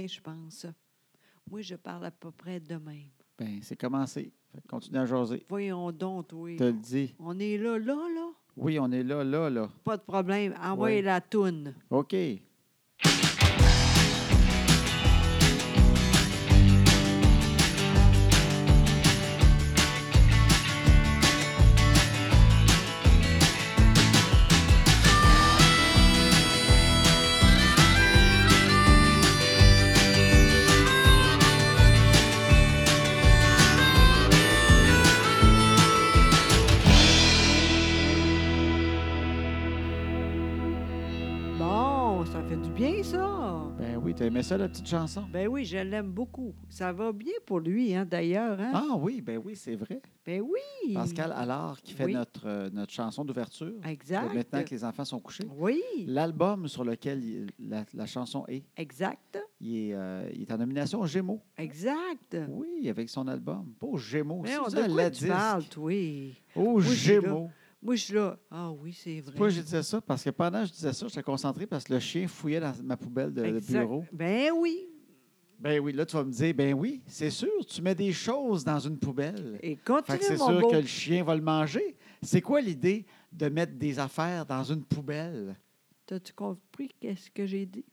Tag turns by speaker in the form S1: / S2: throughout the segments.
S1: bien, je pense. Moi, je parle à peu près de même.
S2: Ben, c'est commencé. Fait que Continue à jaser.
S1: Voyons donc, oui.
S2: Te le dis.
S1: On est là, là, là.
S2: Oui, on est là, là, là.
S1: Pas de problème. Envoyez
S2: Oui.
S1: la toune.
S2: OK. Ben
S1: Bon, ça fait du bien, ça.
S2: Ben oui, t'as aimé ça, la petite chanson?
S1: Ben oui, je l'aime beaucoup. Ça va bien pour lui, hein, d'ailleurs. Hein?
S2: Ah oui, ben oui, c'est vrai.
S1: Ben oui.
S2: Pascal Allard qui fait
S1: Oui.
S2: notre, euh, notre chanson d'ouverture. euh,
S1: Exact.
S2: Maintenant que les enfants sont couchés.
S1: Oui,
S2: L'album sur lequel il- la, la chanson est,
S1: exact.
S2: il est, euh, il est en nomination aux Gémeaux.
S1: Exact.
S2: Oui, avec son album. Pas aux Gémeaux.
S1: Mais
S2: si
S1: on
S2: vous
S1: de
S2: avez la
S1: quoi tu
S2: disque,
S1: parles, toi?
S2: Aux
S1: je suis là.
S2: Gémeaux.
S1: Moi, je suis là. Ah oui, c'est vrai.
S2: Pourquoi je disais ça? Parce que pendant que je disais ça, j'étais concentré parce que le chien fouillait dans ma poubelle de, de
S1: Exact.
S2: euh, bureau.
S1: Ben oui.
S2: Ben oui, là, tu vas me dire, ben oui, c'est sûr, tu mets des choses dans une poubelle.
S1: Et
S2: Fait que
S1: continue,
S2: c'est
S1: mon
S2: sûr
S1: beau.
S2: que le chien va le manger. C'est quoi l'idée de mettre des affaires dans une poubelle?
S1: T'as-tu compris qu'est-ce que j'ai dit?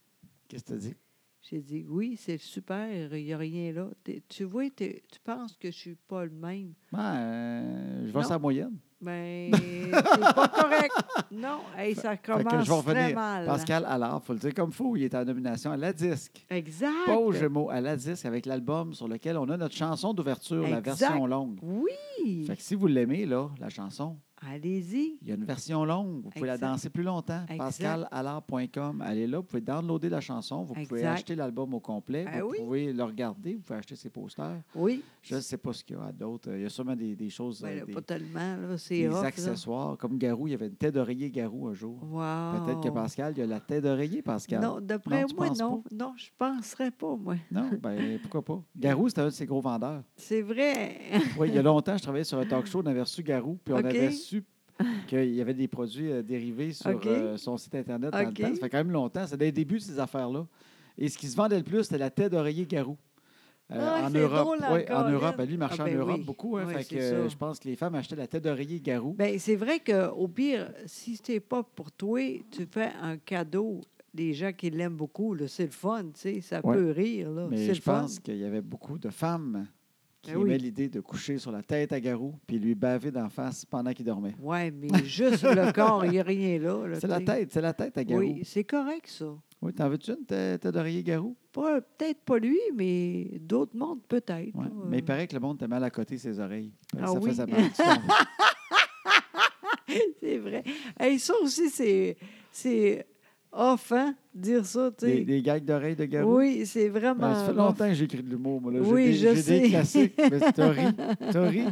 S2: Qu'est-ce que tu dis?
S1: J'ai dit, oui, c'est super, il n'y a rien là. T'es- Tu vois, t'es- tu penses que je suis pas le même.
S2: Ben, euh, je vais
S1: Non.
S2: sur la moyenne.
S1: Ben, c'est pas correct. Non, hey, ça
S2: Fait
S1: commence
S2: que je vais
S1: très
S2: revenir.
S1: mal. hein.
S2: Pascal Allard, il faut le dire comme fou, il est en nomination à la disque.
S1: Exact.
S2: Pas au Gémeaux, à la disque, avec l'album sur lequel on a notre chanson d'ouverture, la
S1: Exact.
S2: version longue.
S1: Oui.
S2: Fait que si vous l'aimez, là, la chanson,
S1: Allez-y.
S2: Il y a une version longue. Vous pouvez
S1: Exact.
S2: la danser plus longtemps.
S1: Exact.
S2: PascalAllard.com. Allez là, vous pouvez downloader la chanson. Vous pouvez
S1: Exact.
S2: acheter l'album au complet.
S1: Ah
S2: vous
S1: oui.
S2: pouvez le regarder. Vous pouvez acheter ses posters.
S1: Oui.
S2: Je ne sais pas ce qu'il y a d'autre. Il y a sûrement des, des choses,
S1: Ben,
S2: euh,
S1: là,
S2: des,
S1: pas tellement, là, c'est
S2: des
S1: off. là.
S2: accessoires. Comme Garou, il y avait une tête d'oreiller Garou un jour.
S1: Wow.
S2: Peut-être que Pascal, il y a la tête d'oreiller, Pascal.
S1: Non, d'après
S2: Non, tu
S1: moi,
S2: penses
S1: non. Non, je penserais pas, moi.
S2: Non, ben pourquoi pas? Garou, c'était un de ses gros vendeurs.
S1: C'est vrai.
S2: Oui, il y a longtemps, je travaillais sur un talk show, on avait reçu Garou, puis on
S1: OK.
S2: avait su qu'il y avait des produits euh, dérivés sur
S1: OK.
S2: euh, son site Internet dans
S1: OK.
S2: le temps. Ça fait quand même longtemps. C'est dès les débuts de ces affaires-là. Et ce qui se vendait le plus, c'était la tête d'oreiller Garou. Euh,
S1: Ah,
S2: en
S1: c'est
S2: Europe.
S1: drôle,
S2: Oui, en
S1: encore,
S2: Europe.
S1: là.
S2: Lui, il marchait
S1: Ah, ben
S2: en Europe
S1: oui.
S2: beaucoup. hein.
S1: Oui,
S2: fait
S1: c'est
S2: que, euh,
S1: ça.
S2: je pense que les femmes achetaient la tête d'oreiller Garou.
S1: Ben, c'est vrai qu'au pire, si ce pas pour toi, tu fais un cadeau des gens qui l'aiment beaucoup. là, C'est le fun, tu sais. Ça
S2: Ouais.
S1: peut rire, là.
S2: Mais
S1: C'est le
S2: je
S1: fun.
S2: pense qu'il y avait beaucoup de femmes qui
S1: Ben oui.
S2: aimaient l'idée de coucher sur la tête à Garou puis lui baver d'en face pendant qu'il dormait.
S1: Oui, mais juste le corps, il n'y a rien là. là,
S2: C'est la
S1: tu sais.
S2: tête, c'est la tête à Garou.
S1: Oui,
S2: Oui,
S1: c'est correct, ça.
S2: t'en veux-tu une tête tête d'oreiller Garou?
S1: Pas- Peut-être pas lui, mais d'autres mondes, peut-être.
S2: Ouais,
S1: là.
S2: Mais il paraît que le monde t'a mal à côté ses oreilles. Fait que
S1: euh, Ah
S2: ça
S1: oui?
S2: fait sa part du temps.
S1: c'est vrai. Et ça aussi, c'est- c'est off, hein, dire ça, tu sais.
S2: des, des gags d'oreilles de garou.
S1: Oui, c'est
S2: Ben,
S1: vraiment.
S2: ça fait longtemps que j'écris de l'humour, moi. là. J'ai
S1: Oui,
S2: des,
S1: je
S2: j'ai
S1: sais.
S2: des classiques, mais t'as ri. t'as ri.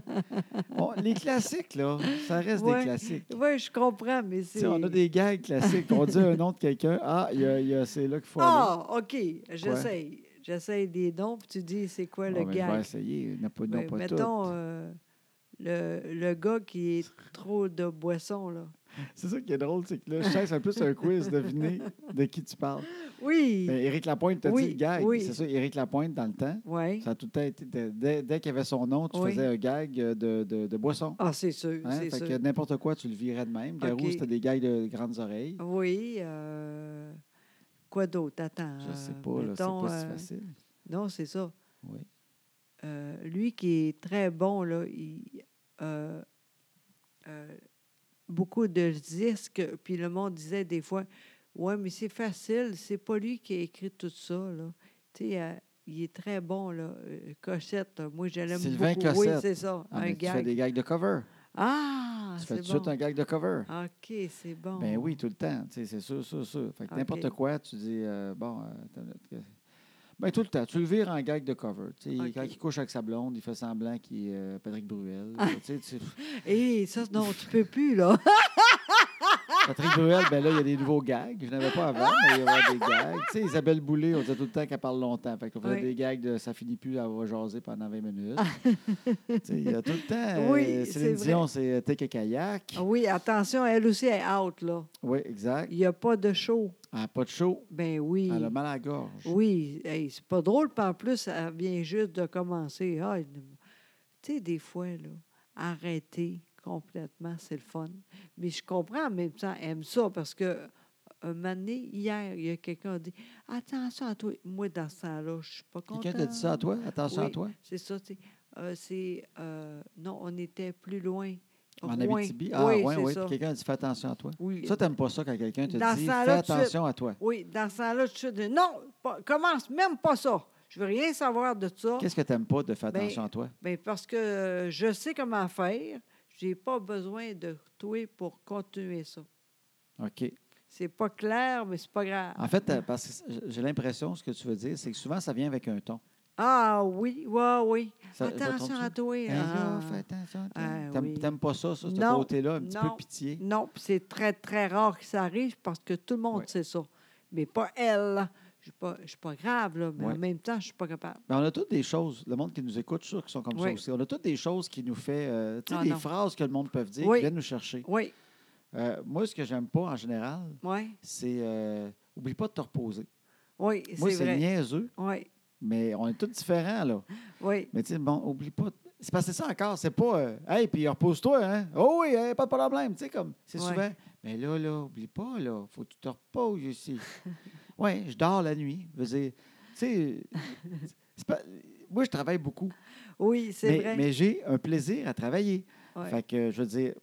S2: On- les classiques, là, ça reste
S1: Ouais.
S2: des classiques.
S1: Oui, je comprends, mais
S2: Tu
S1: c'est.
S2: sais, on a des gags classiques. On dit un nom de quelqu'un. Ah, il y a- il y a- c'est là qu'il faut aller.
S1: Ah, OK. J'essaye. J'essaye des noms, puis tu dis c'est quoi
S2: Ah,
S1: le
S2: ben, Je vais
S1: gars.
S2: essayer. Il n'y en a pas, non,
S1: Ben,
S2: pas
S1: mettons,
S2: toutes.
S1: euh, le, le gars qui est trop de boisson, là.
S2: C'est ça qui est drôle, c'est que là, je cherche un peu sur un quiz, deviner de qui tu parles.
S1: Oui.
S2: Mais Éric Lapointe t'a
S1: Oui,
S2: dit le gag.
S1: oui.
S2: C'est ça, Éric Lapointe, dans le temps.
S1: oui.
S2: Ça a tout le temps été. dès- Dès, dès qu'il y avait son nom, tu
S1: Oui.
S2: faisais un gag euh, de, de, de boisson.
S1: Ah, c'est sûr.
S2: Hein?
S1: c'est
S2: Fait
S1: sûr.
S2: que n'importe quoi, tu le virais de même. Garou,
S1: OK.
S2: c'était des gags de grandes oreilles.
S1: Oui. euh, Quoi d'autre? Attends.
S2: Je sais
S1: euh,
S2: pas, là, c'est
S1: mettons,
S2: pas si
S1: euh,
S2: facile.
S1: Non, c'est ça.
S2: Oui.
S1: Euh, lui qui est très bon, là, il, euh, euh, beaucoup de disques, puis le monde disait des fois, ouais, mais c'est facile, c'est pas lui qui a écrit tout ça, là. Tu sais, euh, il est très bon, là. euh, Cossette, là, moi, je l'aime beaucoup.
S2: Sylvain
S1: Oui,
S2: Cossette.
S1: c'est ça,
S2: Ah,
S1: un
S2: mais tu fais
S1: gag.
S2: des gags de cover.
S1: Ah,
S2: tu fais tout de
S1: c'est
S2: suite
S1: bon.
S2: un gag de cover.
S1: OK, c'est bon.
S2: Ben oui, tout le temps. Tu sais, C'est sûr, sûr, sûr. Fait que
S1: OK.
S2: n'importe quoi, tu dis, euh, bon. euh, attends, euh, ben, tout le temps. Tu le vires en gag de cover. Tu sais,
S1: OK.
S2: Quand il couche avec sa blonde, il fait semblant qu'il est euh, Patrick Bruel. Tu sais, tu-
S1: Hé, ça, non, tu peux plus, là.
S2: Patrick Bruel, ben là, il y a des nouveaux gags. Je n'avais pas avant, mais il y avait des gags. Tu sais, Isabelle Boulay, on disait tout le temps qu'elle parle longtemps. Fait qu'on faisait
S1: Oui. Ah.
S2: des gags de ça finit plus, elle va jaser pendant 20 minutes. tu sais, il y a tout le temps.
S1: Oui,
S2: euh,
S1: c'est
S2: Céline
S1: vrai. Oh.
S2: Dion, c'est euh, Take a Kayak.
S1: Oui, attention, elle aussi est out, là.
S2: Oui, exact.
S1: Il n'y a pas de show.
S2: Elle n'a pas de chaud.
S1: Ben oui.
S2: Elle a mal à la gorge.
S1: Oui, hey, c'est pas drôle, puis en plus, elle vient juste de commencer. Ah, elle- tu sais, des fois, là, arrêter complètement, c'est le fun. Mais je comprends en même temps, elle aime ça, parce que euh, un moment donné, hier, il y a quelqu'un qui a dit Attention à toi. Moi, dans ce temps-là, je suis pas contente.
S2: Quelqu'un t'a dit ça à toi? Attention à
S1: Oui.
S2: toi.
S1: C'est ça, tu sais. Euh, c'est. euh, non, on était plus loin.
S2: En
S1: Rouen.
S2: Abitibi. Ah, oui, oui.
S1: c'est
S2: Puis
S1: ça.
S2: Quelqu'un a dit fais attention à toi.
S1: Oui.
S2: Ça, t'aimes pas ça quand quelqu'un te
S1: Dans
S2: dit
S1: ce
S2: fais
S1: temps-là, tout de
S2: attention à toi.
S1: Oui, dans ce temps-là, je suis dit, non, pas- commence même pas ça. Je veux rien savoir de ça.
S2: Qu'est-ce que t'aimes pas de faire
S1: Ben,
S2: attention à toi?
S1: Bien, parce que euh, je sais comment faire. Je n'ai pas besoin de toi pour continuer ça.
S2: OK.
S1: C'est pas clair, mais c'est pas grave.
S2: En fait, euh, parce que j'ai l'impression, ce que tu veux dire, c'est que souvent, ça vient avec un ton.
S1: Ah oui, oui, oui.
S2: Ça- ça
S1: Attention
S2: tombe-tu? Hein?
S1: à toi.
S2: Hey, là,
S1: ah.
S2: fais attention. toi.
S1: Ah,
S2: T'aimes
S1: oui.
S2: t'aimes pas ça, ça, ce
S1: Non,
S2: côté-là, un petit
S1: non.
S2: peu pitié.
S1: Non, puis c'est très, très rare que ça arrive parce que tout le monde
S2: Ouais.
S1: sait ça. Mais pas elle. Je ne suis pas- je suis pas grave, là, mais
S2: Ouais.
S1: en même temps, je ne suis pas capable.
S2: Mais on a toutes des choses, le monde qui nous écoute, je suis sûr qui sont comme ça
S1: Oui.
S2: aussi. On a toutes des choses qui nous fait, euh, tu sais,
S1: Ah,
S2: des
S1: non.
S2: phrases que le monde peut dire,
S1: Oui.
S2: qui viennent nous chercher.
S1: Oui,
S2: Euh, moi, ce que j'aime pas en général,
S1: oui,
S2: c'est euh, oublie pas de te reposer.
S1: oui,
S2: Moi,
S1: c'est
S2: c'est
S1: vrai.
S2: niaiseux,
S1: Oui,
S2: mais on est tous différents, là.
S1: oui.
S2: Mais tu sais, bon, oublie pas. C'est parce que c'est ça encore, c'est pas euh, Hey, puis repose-toi, hein? Oh oui, hey, pas de problème, tu sais, comme. C'est
S1: Ouais.
S2: souvent. Mais là, là, oublie pas, là, faut que tu te reposes ici. oui, je dors la nuit. Je veux dire, tu sais, c'est pas- moi, je travaille beaucoup,
S1: Oui, c'est
S2: mais,
S1: vrai.
S2: mais j'ai un plaisir à travailler.
S1: Ouais.
S2: Fait que, je veux dire,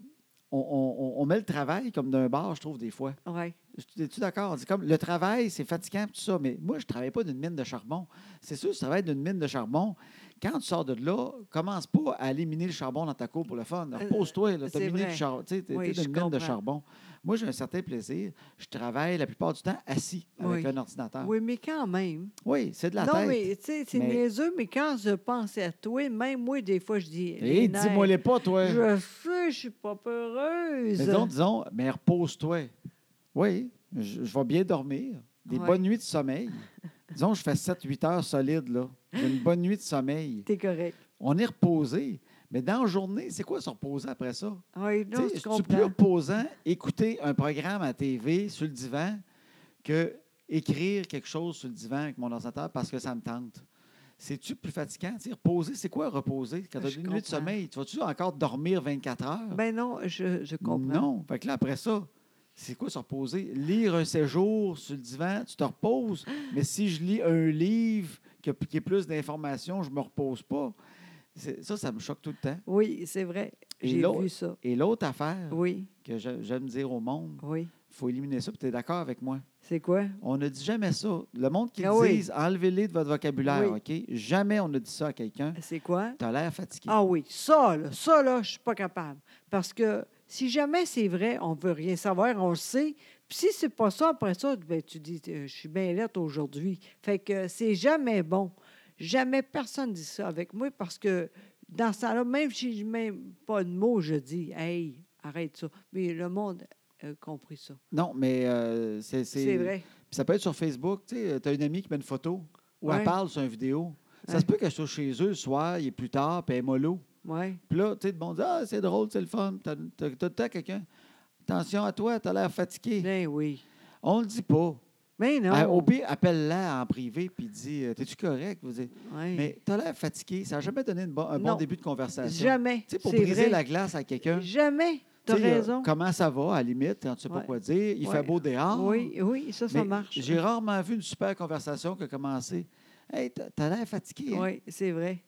S2: on, on- on- on met le travail comme d'un bar, je trouve, des fois.
S1: Oui,
S2: Je- Es-tu d'accord? On dit comme le travail, c'est fatigant, tout ça, mais moi, je ne travaille pas d'une mine de charbon. C'est sûr, tu travailles d'une mine de charbon. Quand tu sors de là, commence pas à éliminer le charbon dans ta cour pour le fun. Repose-toi, tu as
S1: Euh, c'est
S2: miné
S1: vrai.
S2: du charbon. Tu sais, t'es-
S1: Oui,
S2: t'es
S1: je
S2: d'une mine de
S1: comprends.
S2: charbon. Moi, j'ai un certain plaisir. Je travaille la plupart du temps assis avec
S1: Oui.
S2: un ordinateur. Oui,
S1: oui, mais quand même.
S2: c'est de la
S1: non,
S2: tête.
S1: mais tu sais, c'est
S2: Mais-
S1: niaiseux, mais quand je pense à toi, même moi, des fois, je dis.
S2: Et
S1: Linaire,
S2: Eh, dis-moi les pas, toi.
S1: Je sais, je suis pas peureuse.
S2: Mais donc, disons, mais repose-toi. Oui, je, je vais bien dormir. Des
S1: Ouais.
S2: bonnes nuits de sommeil. Disons, je fais 7-8 heures solides, là. J'ai une bonne nuit de sommeil.
S1: T'es correct.
S2: On est reposé. Mais dans la journée, c'est quoi se reposer après ça?
S1: Oui,
S2: Tu
S1: non,
S2: sais,
S1: je
S2: C'est-tu plus
S1: comprends.
S2: reposant écouter un programme à TV sur le divan que écrire quelque chose sur le divan avec mon ordinateur parce que ça me tente? C'est-tu plus fatigant? Tu sais, reposer, c'est quoi reposer? Quand tu as
S1: Je
S2: une nuit de
S1: comprends.
S2: sommeil, tu vas-tu encore dormir 24 heures?
S1: Ben non, je, je comprends.
S2: Non. Fait que là, après ça, c'est quoi se reposer? Lire un séjour sur le divan, tu te reposes. Mais si je lis un livre qui a- qui est plus d'informations, je me repose pas. C'est- Ça, ça me choque tout le temps.
S1: Oui, c'est vrai.
S2: Et
S1: J'ai
S2: l'autre-
S1: vu ça.
S2: Et l'autre affaire
S1: Oui,
S2: que j'a- j'aime dire au monde,
S1: oui.
S2: il faut éliminer ça, puis tu es d'accord avec moi.
S1: C'est quoi?
S2: On ne dit jamais ça. Le monde qui
S1: Ah oui.
S2: dise enlevez-les de votre vocabulaire, OK? Jamais on ne dit ça à quelqu'un.
S1: C'est quoi?
S2: Tu as l'air fatigué.
S1: Ah oui, ça, là, ça, là, je suis pas capable. Parce que si jamais c'est vrai, on veut rien savoir, on le sait. Puis si c'est pas ça, après ça, ben, tu dis, euh, je suis bien lettre aujourd'hui. Fait que c'est jamais bon. Jamais personne dit ça avec moi parce que dans ça, là même si je n'ai pas de mots, je dis, hey, arrête ça. Mais le monde a compris ça.
S2: Non, mais euh, c'est.
S1: C'est vrai.
S2: Puis ça peut être sur Facebook. Tu as une amie qui met une photo ou elle
S1: Ouais.
S2: parle sur une vidéo. Ça
S1: Ouais.
S2: se peut qu'elle soit chez eux le soir, il est plus tard, puis elle est mollo.
S1: Oui.
S2: Puis là, tu sais, le monde dit Ah, c'est drôle, c'est le fun. Puis T'as t'as- t'as tout le temps quelqu'un. Attention à toi, t'as l'air fatigué.
S1: Ben oui.
S2: On le dit pas.
S1: Mais non.
S2: Elle- au pire, appelle-la en privé, puis dit euh, T'es-tu correct Vous dites,
S1: Ouais.
S2: Mais t'as l'air fatigué. Ça n'a jamais donné une bon- un bon
S1: Non.
S2: début de conversation.
S1: Jamais.
S2: Tu sais, pour
S1: C'est
S2: briser
S1: vrai.
S2: la glace à quelqu'un.
S1: Jamais. T'as
S2: tu sais, euh,
S1: raison.
S2: comment ça va, à la limite, quand tu sais pas
S1: Ouais.
S2: quoi dire. Il fait
S1: Ouais.
S2: beau dehors.
S1: Oui, oui, ça, ça
S2: ah, Mais
S1: marche.
S2: J'ai rarement vu une super conversation qui a commencé. Hey, t'as t'as l'air fatigué. hein?
S1: Oui, c'est vrai.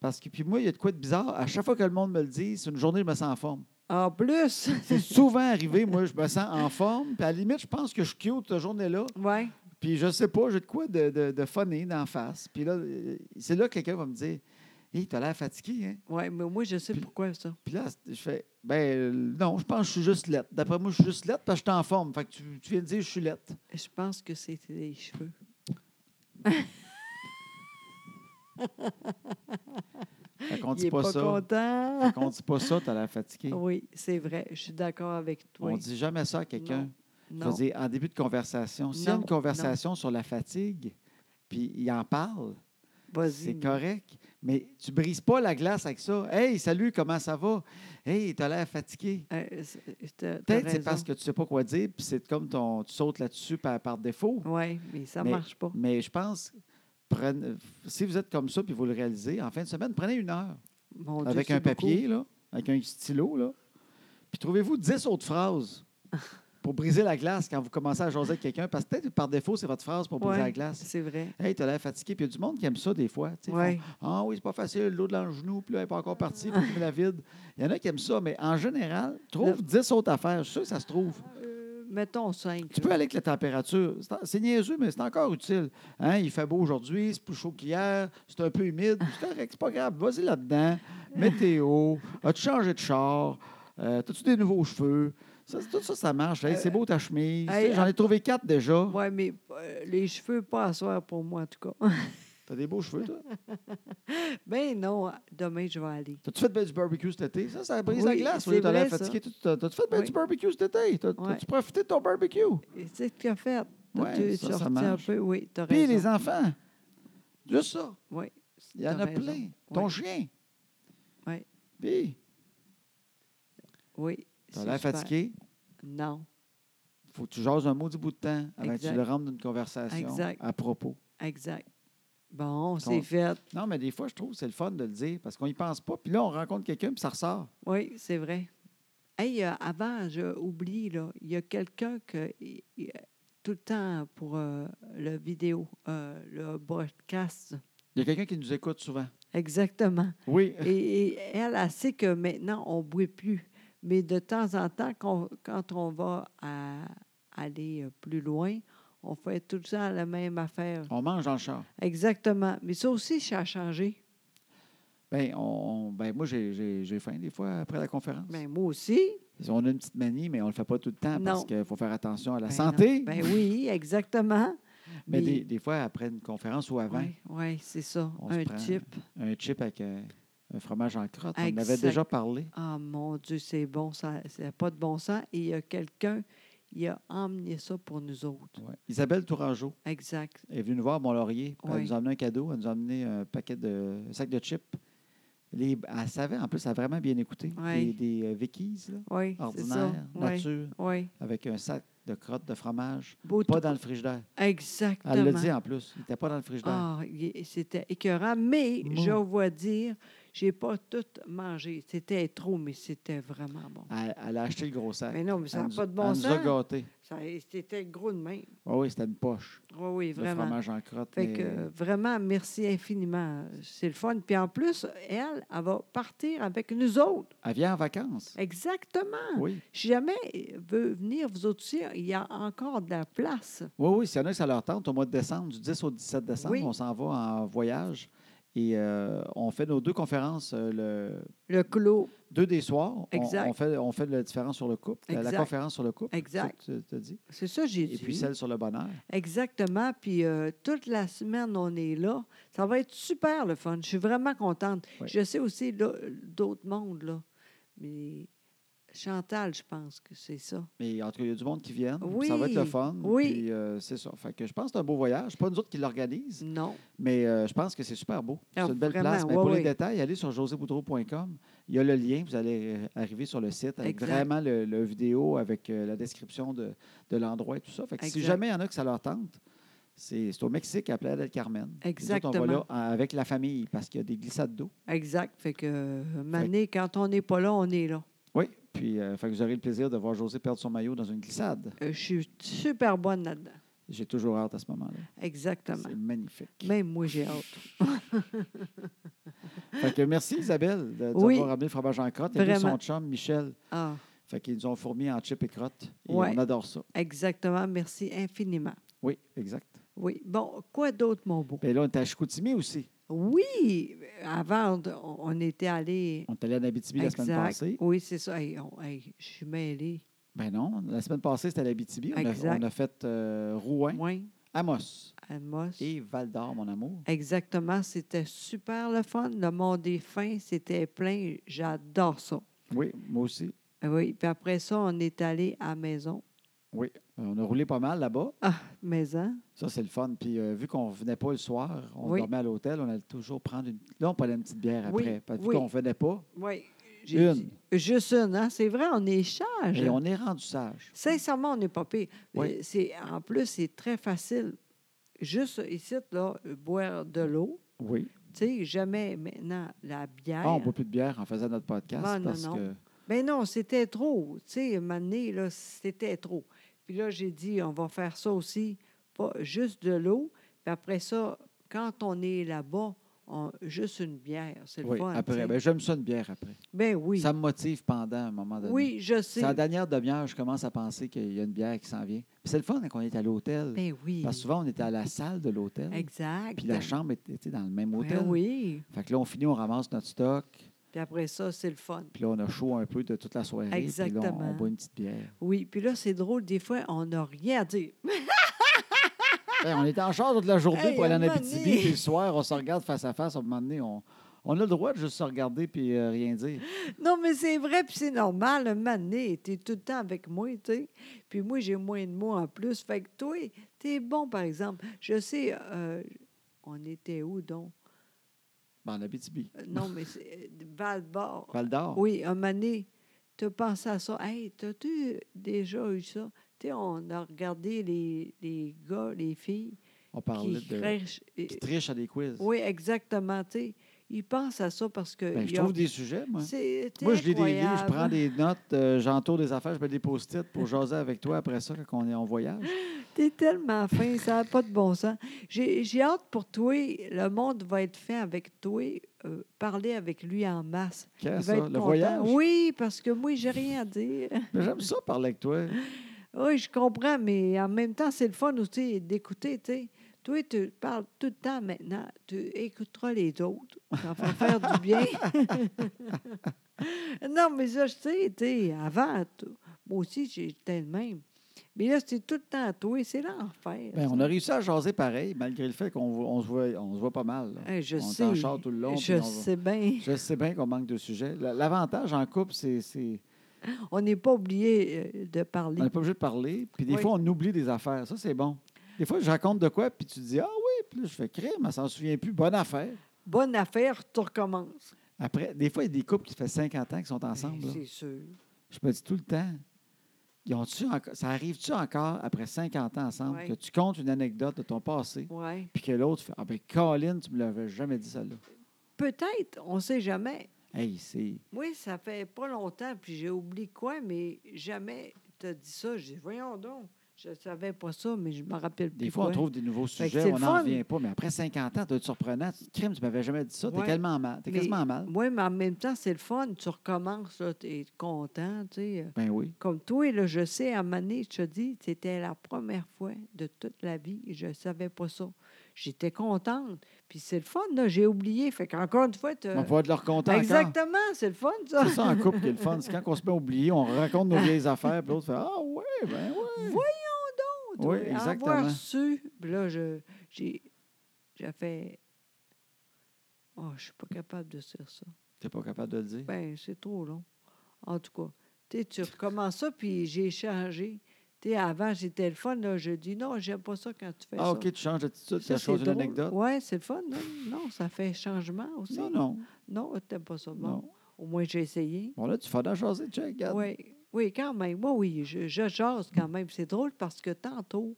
S2: Parce que, puis moi, il y a de quoi de bizarre. À chaque fois que le monde me le dit, c'est une journée, je me sens en forme.
S1: En plus,
S2: C'est souvent arrivé, moi, je me sens en forme. Puis à la limite, je pense que je suis cute cette journée-là.
S1: oui,
S2: Puis je sais pas, j'ai de quoi de, de, de funny d'en face. Puis là, euh, c'est là que quelqu'un va me dire Hey, t'as l'air fatigué, hein?
S1: ouais, mais moi, je sais
S2: Puis-
S1: pourquoi ça.
S2: Puis là, je fais Ben, euh, non, je pense que je suis juste lettre. D'après moi, je suis juste lettre parce que je suis en forme. Fait que tu, tu viens de dire je suis lettre.
S1: Je pense que c'est les cheveux.
S2: Fait qu'on
S1: Il
S2: dit
S1: est
S2: pas,
S1: pas
S2: ça.
S1: content.
S2: Fait qu'on dit pas ça, t'as l'air fatigué.
S1: Oui, c'est vrai. Je suis d'accord avec toi.
S2: On dit jamais ça à quelqu'un. Je
S1: non.
S2: veux dire, en début de conversation, s'il y a
S1: Non,
S2: une conversation sur la fatigue, puis il en parle, c'est
S1: Vas-y.
S2: correct. Mais tu brises pas la glace avec ça. Hey, salut, comment ça va? Hey, t'as l'air fatigué.
S1: Euh, c'est- t'as- t'as
S2: Peut-être c'est
S1: raison.
S2: parce que tu sais pas quoi dire, puis c'est comme ton, tu sautes là-dessus par, par défaut.
S1: Oui, mais ça ne
S2: Mais-
S1: marche pas.
S2: Mais je pense, prenez- si vous êtes comme ça, puis vous le réalisez, en fin de semaine, prenez une heure
S1: Mon Dieu,
S2: avec
S1: c'est
S2: un
S1: beaucoup.
S2: papier, là, avec un stylo, là. Puis trouvez-vous 10 autres phrases pour briser la glace quand vous commencez à jaser avec quelqu'un. Parce que peut-être que par défaut, c'est votre phrase pour briser
S1: Ouais.
S2: la glace.
S1: C'est vrai.
S2: Hey, t'as l'air fatigué. Puis il y a du monde qui aime ça des fois. tu sais, ils
S1: Ouais.
S2: font, Ah oui, c'est pas facile, l'eau dans le genou, puis là, elle n'est pas encore partie, puis tu me la vide. Il y en a qui aiment ça, mais en général, trouve 10 autres affaires. Je suis sûr que ça se trouve.
S1: Euh, mettons 5.
S2: Tu peux aller avec la température. C'est en- C'est niaiseux, mais c'est encore utile. Hein, Il fait beau aujourd'hui, c'est plus chaud qu'hier, c'est un peu humide. C'est correct, c'est pas grave. Vas-y là-dedans. Météo. As-tu changé de char? Euh, T'as-tu des nouveaux cheveux? Ça, c'est- tout ça, ça marche. Hey, c'est beau ta
S1: Hey,
S2: chemise.
S1: ah.
S2: Tu sais, J'en ai trouvé quatre déjà.
S1: Oui, mais euh, les cheveux, pas à soir pour moi, en tout cas.
S2: T'as des beaux cheveux, toi?
S1: ben non, demain, je vais aller.
S2: T'as-tu fait ben du barbecue cet été? Ça, ça
S1: Oui,
S2: brise la glace. Au
S1: c'est
S2: lieu d'aller
S1: vrai, ça.
S2: fatigué, t'as-tu fait ben
S1: Oui.
S2: du barbecue cet été? T'as- T'as-tu
S1: Ouais.
S2: profité de ton barbecue?
S1: Et C'est ce qu'il a fait. T'as-
S2: Ouais,
S1: tu-
S2: ça,
S1: tu
S2: ça
S1: sortis un
S2: marche.
S1: peu. Oui, tu as
S2: Puis
S1: raison.
S2: les enfants. Juste ça.
S1: Oui,
S2: Il y en
S1: t'as
S2: a
S1: raison.
S2: plein. Ton
S1: Ouais.
S2: chien.
S1: Ouais.
S2: Puis,
S1: oui.
S2: t'as
S1: c'est
S2: l'air
S1: super.
S2: fatigué.
S1: Non,
S2: Faut que tu jases un maudit bout de temps avant que tu
S1: Exact.
S2: le rentres d'une conversation
S1: Exact.
S2: à propos.
S1: exact. Bon,
S2: Ton-
S1: c'est fait.
S2: Non, mais des fois, je trouve que c'est le fun de le dire parce qu'on n'y pense pas. Puis là, on rencontre quelqu'un, puis ça ressort.
S1: Oui, c'est vrai. Hey, euh, avant, j'ai oublié, là, il y a quelqu'un que il- il- tout le temps pour euh, le vidéo, euh, le broadcast.
S2: Il y a quelqu'un qui nous écoute souvent.
S1: Exactement.
S2: Oui.
S1: Et, et elle, elle sait que maintenant, on ne boit plus. Mais de temps en temps, qu'on- quand on va à- aller euh, plus loin, on fait tout le temps la même affaire.
S2: On mange dans le char.
S1: Exactement. Mais ça aussi, ça a changé.
S2: Ben, on, on- ben moi, j'ai- j'ai j'ai faim des fois après la conférence.
S1: Ben, moi aussi.
S2: On a une petite manie, mais on ne le fait pas tout le temps parce
S1: Non.
S2: qu'il faut faire attention à la
S1: Ben
S2: santé.
S1: non. Ben oui, exactement. mais-
S2: mais des, des fois, après une conférence ou avant,
S1: Oui, ouais, c'est ça.
S2: On se
S1: un
S2: prend-
S1: chip.
S2: un chip avec euh, un fromage en crotte, on en avait
S1: Exact.
S2: déjà parlé.
S1: Ah, mon Dieu, c'est bon. Ça n'a pas de bon sens. Et il y a quelqu'un, il a emmené ça pour nous autres.
S2: Ouais. Isabelle Tourangeau.
S1: Exact.
S2: Elle est venue nous voir à Mont-Laurier. puis Elle
S1: Oui.
S2: nous a amené un cadeau. Elle nous a amené un paquet de un sac de chips. Les- elle savait, en plus, elle a vraiment bien écouté.
S1: Oui.
S2: Des, des euh, Vickies, là,
S1: Oui, c'est ça.
S2: ordinaires,
S1: Oui,
S2: nature,
S1: oui.
S2: avec un sac de crottes de fromage,
S1: Beau
S2: pas
S1: trou-
S2: dans le frigidaire.
S1: Exactement.
S2: Elle l'a dit en plus. Il n'était pas dans le frigidaire.
S1: Ah, il- c'était écœurant, mais
S2: Bon.
S1: je vois dire, j'ai pas tout mangé. C'était trop, mais c'était vraiment bon.
S2: Elle, elle a acheté le gros sac.
S1: Mais non, mais ça
S2: Elle
S1: n'a
S2: nous-
S1: pas de bon
S2: Elle nous a
S1: sens.
S2: gâtés.
S1: Ça- C'était gros de main.
S2: Ah oui, c'était une poche
S1: Oui, oui,
S2: de
S1: vraiment.
S2: fromage en crotte.
S1: Fait
S2: mais-
S1: que euh, vraiment, merci infiniment. C'est le fun. Puis en plus, elle, elle va partir avec nous autres.
S2: Elle vient en vacances.
S1: Exactement.
S2: Oui,
S1: Si jamais elle veut venir, vous autres aussi, il y a encore de la place.
S2: oui, oui. S'il y en a que ça leur tente, au mois de décembre, du 10 au 17 décembre,
S1: Oui.
S2: on s'en va en voyage. Et euh, on fait nos deux conférences euh, le
S1: Le clos,
S2: Deux des soirs, on-
S1: Exact.
S2: On, fait, on fait la différence sur le couple, la- la
S1: Exact.
S2: conférence sur le couple.
S1: Exact.
S2: c'est ça que Tu as dit.
S1: c'est ça, j'ai dit.
S2: Et puis celle sur le bonheur.
S1: Exactement. Puis euh, toute la semaine, on est là. Ça va être super le fun. Je suis vraiment contente.
S2: Oui.
S1: Je sais aussi là, d'autres mondes, là. Mais Chantal, je pense que c'est ça.
S2: Mais en tout cas, il y a du monde qui vient.
S1: Oui.
S2: Ça va être le fun.
S1: Oui.
S2: Puis euh, c'est ça. Fait que je pense que c'est un beau voyage. Pas nous autres qui l'organisent,
S1: Non.
S2: mais euh, je pense que c'est super beau. C'est
S1: Ah,
S2: une belle
S1: vraiment,
S2: place. Mais
S1: oui,
S2: pour les
S1: oui.
S2: détails, allez sur joséboudreau.com. Il y a le lien. Vous allez euh, arriver sur le site avec
S1: Exact.
S2: vraiment le, le vidéo, avec euh, la description de, de l'endroit et tout ça. Fait que si
S1: Exact.
S2: jamais il y en a que ça leur tente, c'est c'est au Mexique, à Playa del Carmen. Nous autres, on va
S1: Exactement.
S2: là euh, avec la famille parce qu'il y a des glissades d'eau.
S1: Exact. Fait que, euh, Mané, quand on n'est pas là, on est là.
S2: Oui, puis euh, fait que vous aurez le plaisir de voir José perdre son maillot dans une glissade.
S1: Euh, je suis super bonne là-dedans.
S2: J'ai toujours hâte à ce moment-là.
S1: Exactement.
S2: C'est magnifique.
S1: Même moi, j'ai hâte.
S2: Fait que merci Isabelle de nous
S1: Oui.
S2: avoir ramené le fromage en crotte. Et lui,
S1: Vraiment.
S2: son chum, Michel.
S1: Ah,
S2: Fait qu'ils nous ont fourmi en chips et crottes. Et
S1: Ouais.
S2: on adore ça.
S1: exactement. Merci infiniment.
S2: Oui, exact.
S1: Oui. Bon, quoi d'autre, mon beau?
S2: Puis là, on était à Chicoutimi aussi.
S1: Oui, avant, on- on était allé.
S2: On est allé en Abitibi la semaine
S1: Exact.
S2: passée.
S1: Oui, c'est ça. Hey, on- hey, je suis mêlée.
S2: Ben non, la semaine passée, c'était à l'Abitibi. On a,
S1: Exact. Ah.
S2: on a fait euh, Rouen,
S1: Moins.
S2: Amos
S1: Amos.
S2: et Val d'Or, mon amour.
S1: Exactement, c'était super le fun. Le monde est fin, c'était plein. J'adore ça.
S2: Oui, moi aussi. Euh,
S1: Ah Oui, puis après ça, on est allé à Maison.
S2: Oui, on a roulé pas mal là-bas.
S1: Ah, Maison.
S2: Ça, c'est le fun. Puis euh, vu qu'on ne venait pas le soir, on
S1: Oui.
S2: dormait à l'hôtel, on allait toujours prendre une... Là, on prenait une petite bière
S1: Oui,
S2: après. Parce que
S1: oui.
S2: vu qu'on ne venait pas,
S1: Oui. j'ai
S2: une.
S1: dit- Juste une, hein? C'est vrai, on est sage.
S2: Et on est rendu sage.
S1: Sincèrement, on n'est pas pire.
S2: Oui.
S1: Euh, c'est- En plus, c'est très facile. Juste ici, là, euh, boire de l'eau.
S2: Oui.
S1: Tu sais, jamais maintenant la bière.
S2: Ah, on ne boit plus de bière en faisant notre podcast.
S1: Ah, Non, non,
S2: parce
S1: non.
S2: que...
S1: Mais non, c'était trop. Tu sais, à un moment donné, là, c'était trop. Puis là, j'ai dit, on va faire ça aussi, pas juste de l'eau. Puis après ça, quand on est là-bas, on- juste une bière, c'est le
S2: Oui,
S1: fun. tu
S2: après.
S1: sais.
S2: Ben, j'aime ça, une bière après.
S1: Ben oui.
S2: Ça me motive pendant un moment donné.
S1: oui, je sais.
S2: C'est la dernière demi-heure, je commence à penser qu'il y a une bière qui s'en vient. Puis c'est le fun hein, qu'on est à l'hôtel.
S1: Ben oui.
S2: Parce que souvent, on était à la salle de l'hôtel.
S1: Exact.
S2: Puis la chambre était était dans le même
S1: Ben
S2: hôtel.
S1: oui.
S2: Fait que là, on finit, on ramasse notre stock.
S1: Puis après ça, c'est le fun.
S2: Puis là, on a chaud un peu de toute la soirée. puis là, on- on,
S1: Exactement.
S2: boit une petite bière.
S1: Oui, puis là, c'est drôle, des fois, on n'a rien à dire.
S2: Hey, on était en charge toute la journée
S1: Hey,
S2: pour aller en
S1: un moment
S2: Abitibi.
S1: donné.
S2: Puis le soir, on se regarde face à face. À un moment donné, on, on a le droit de juste se regarder puis euh, rien dire.
S1: Non, mais c'est vrai, puis c'est normal. Un moment donné, t'es tout le temps avec moi, tu sais. Puis moi, j'ai moins de mots en plus. Fait que toi, t'es bon, par exemple. Je sais, euh, on était où, donc?
S2: Ben, en Abitibi.
S1: Euh, Non, mais c'est euh, Val-d'Or.
S2: Val d'Or.
S1: Oui, un moment donné, t'as pensé à ça. Hey, t'as-tu déjà eu ça? Tu sais, on a regardé les, les gars, les filles
S2: On parlait
S1: qui
S2: de.
S1: crèchent. et-
S2: Qui triche à des quiz.
S1: Oui, exactement, tu sais. Ils pensent à ça parce que...
S2: Ben, je
S1: ils
S2: trouve
S1: ont-
S2: des sujets, moi.
S1: C'est
S2: Moi, je lis des livres, je
S1: incroyable.
S2: prends des notes, euh, j'entoure des affaires, je mets des post-it pour jaser avec toi après ça quand on est en voyage.
S1: T'es tellement fin, ça n'a pas de bon sens. J'ai j'ai hâte pour toi. Le monde va être fait avec toi. euh, parler avec lui en masse.
S2: Qu'est-ce
S1: Il
S2: ça,
S1: va être
S2: le
S1: content.
S2: voyage?
S1: Oui, parce que moi, j'ai rien à dire.
S2: Mais J'aime ça parler avec toi.
S1: Oui, je comprends, mais en même temps, c'est le fun aussi d'écouter, tu sais. Toi, tu parles tout le temps maintenant. Tu écouteras les autres. Ça va faire du bien. non, mais ça, je sais, tu sais, avant, t- moi aussi, j'étais le même. Mais là, c'est tout le temps à toi. C'est l'enfer.
S2: Ben,
S1: ça.
S2: on a réussi à jaser pareil, malgré le fait qu'on vo- on se, voit, on se voit pas mal. là.
S1: Hey, je
S2: on est
S1: sais.
S2: en char tout le long. puis
S1: Je
S2: on va-
S1: sais bien.
S2: je sais bien qu'on manque de sujets. La- L'avantage en couple, c'est c'est-
S1: On n'est pas obligé euh, de
S2: on
S1: parler.
S2: n'est pas obligé de parler. Puis des
S1: Oui.
S2: fois, on oublie des affaires. Ça, c'est bon. Des fois, je raconte de quoi, puis tu dis Ah oui, puis là, je fais crime, elle s'en souvient plus. Bonne affaire.
S1: Bonne affaire, tu recommences.
S2: Après, des fois, il y a des couples qui fait 50 ans qui sont ensemble.
S1: Ben,
S2: là.
S1: C'est sûr.
S2: Je me dis tout le temps, ils ont-tu enco- ça arrive-tu encore après 50 ans ensemble
S1: Ouais.
S2: que tu comptes une anecdote de ton passé,
S1: Ouais.
S2: puis que l'autre fait Ah ben, Colin, tu me l'avais jamais dit ça là.
S1: Peut-être, on ne sait jamais.
S2: Hey, c'est.
S1: Moi, ça fait pas longtemps, puis j'ai oublié quoi, mais jamais tu as dit ça. J'ai dit, voyons donc, je savais pas ça, mais je me rappelle plus.
S2: Des fois, on
S1: quoi.
S2: trouve des nouveaux
S1: Fait que
S2: sujets,
S1: c'est
S2: on
S1: le
S2: n'en
S1: fun.
S2: revient pas, mais après 50 ans, tu te surprenant. Tu te dis, crime, tu m'avais jamais dit ça, t'es
S1: Ouais.
S2: tellement mal. T'es
S1: Mais-
S2: quasiment mal.
S1: Oui, mais en même temps, c'est le fun. Tu recommences, tu es content, tu sais. euh.
S2: Ben oui.
S1: Comme toi, là, je sais, à un moment donné, je te dis, c'était la première fois de toute la vie, je ne savais pas ça. J'étais contente. Puis c'est le fun, là, j'ai oublié. Fait qu'encore une fois, t'as-
S2: On va être leur content encore.
S1: Euh, ben, Exactement, c'est le fun, ça.
S2: C'est ça en couple qui est le fun. C'est quand on se met à oublier, on raconte nos vieilles affaires, puis l'autre fait Ah ouais, ben ouais.
S1: Oh, Toi,
S2: Oui, exactement.
S1: Avoir su, puis là, je- j'ai j'ai fait... Oh, je suis pas capable de dire ça.
S2: T'es pas capable de le dire.
S1: Ben, c'est trop long. En tout cas, tu sais, tu recommences ça, puis j'ai changé. Tu sais, avant, j'étais le fun, là, je dis, non, j'aime pas ça quand tu fais ça.
S2: ah, OK, tu changes d'attitude, tu changes une anecdote.
S1: Oui, c'est le fun. Non, non, ça fait changement aussi.
S2: Non, non,
S1: Non, t'aimes pas ça. Bon,
S2: non.
S1: au moins, j'ai essayé.
S2: Bon, là, tu fais de la jaser, check, regarde.
S1: Oui, oui, quand même. Moi, oui, je, je jase quand même. C'est drôle parce que tantôt,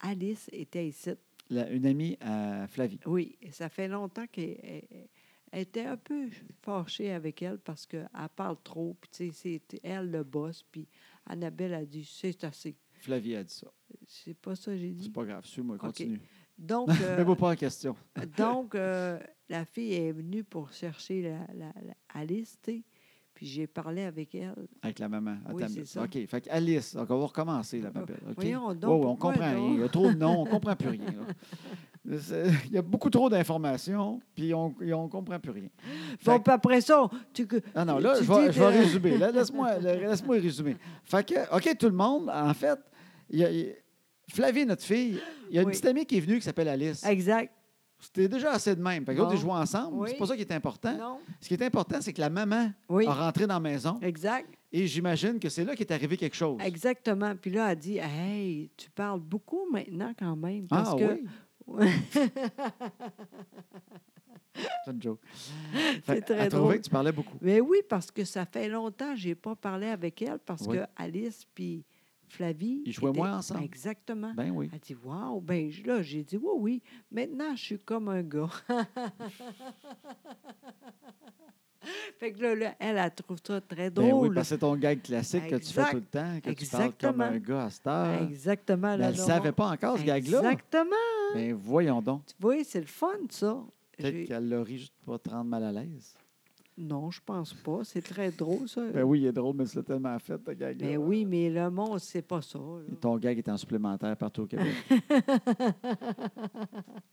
S1: Alice était ici.
S2: La- une amie à Flavie.
S1: Oui, ça fait longtemps qu'elle elle- elle était un peu fâchée avec elle parce qu'elle parle trop. Puis, tu sais, c'est elle le boss. Puis, Annabelle a dit c'est assez.
S2: Flavie a dit ça.
S1: C'est pas ça que j'ai dit.
S2: C'est pas grave, suis-moi, continue.
S1: Donc,
S2: Mais
S1: euh,
S2: Mets-moi pas en question.
S1: Donc, euh, la fille est venue pour chercher la, la- la- Alice, tu sais. Puis j'ai parlé avec elle.
S2: Avec la maman.
S1: Oui,
S2: Attends une
S1: c'est
S2: minute.
S1: ça.
S2: OK, fait que Alice, donc on va recommencer, la
S1: Bah,
S2: m'appelle. OK?
S1: voyons donc,
S2: Ouais, ouais, on
S1: pourquoi
S2: comprend hein. rien.
S1: donc?
S2: Il y a trop de noms, on comprend plus rien. là. C'est- Il y a beaucoup trop d'informations, puis on ne comprend plus rien. Fait
S1: Bon,
S2: que-
S1: puis après ça, tu que-
S2: Ah non,
S1: tu
S2: là,
S1: dis
S2: je vais, je vais
S1: que-
S2: résumer. Là, Laisse-moi laisse résumer. Fait que, OK, tout le monde, en fait, il y a- il- Flavie, notre fille, il y a une
S1: Oui.
S2: petite amie qui est venue qui s'appelle Alice.
S1: Exact.
S2: C'était déjà assez de même. Fait que l'autre,
S1: Bon.
S2: ils jouaient ensemble.
S1: Oui.
S2: C'est pas ça qui est important.
S1: Non?
S2: Ce qui est important, c'est que la maman
S1: Oui.
S2: a rentré dans la maison.
S1: Exact.
S2: Et j'imagine que c'est là qu'est arrivé quelque chose.
S1: Exactement. Puis là, elle dit Hey, tu parles beaucoup maintenant quand même. Parce
S2: Ah
S1: que
S2: oui? C'est une joke. Fait-
S1: très
S2: elle trouvait
S1: drôle.
S2: que tu parlais beaucoup.
S1: Mais Ben oui, parce que ça fait longtemps que je n'ai pas parlé avec elle parce
S2: Oui.
S1: que Alice puis Flavie.
S2: Ils jouaient
S1: étaient-
S2: moins ensemble.
S1: Exactement.
S2: Ben oui.
S1: Elle dit Waouh, ben je- là, j'ai dit Oui, oui. Maintenant, je suis comme un gars. fait que là, là, elle, elle trouve ça très
S2: Ben oui,
S1: drôle.
S2: parce que c'est ton gag classique que tu fais
S1: Exact.
S2: tout le temps, que tu parles comme
S1: Exactement.
S2: un gars à cette heure.
S1: Exactement.
S2: Mais
S1: là,
S2: euh, elle ne
S1: là,
S2: savait
S1: on-
S2: pas encore ce gag-là.
S1: Exactement.
S2: Ben voyons donc.
S1: Tu vois, c'est le fun, ça. J'ai-
S2: Peut-être qu'elle l'aurait juste pour te rendre mal à l'aise.
S1: Non, je pense pas. C'est très drôle, ça.
S2: Ben oui, il est drôle, mais tu l'as tellement fait, ta gag-là.
S1: Mais oui, mais le monde, c'est pas ça. là.
S2: Et ton gag est en supplémentaire partout au Québec.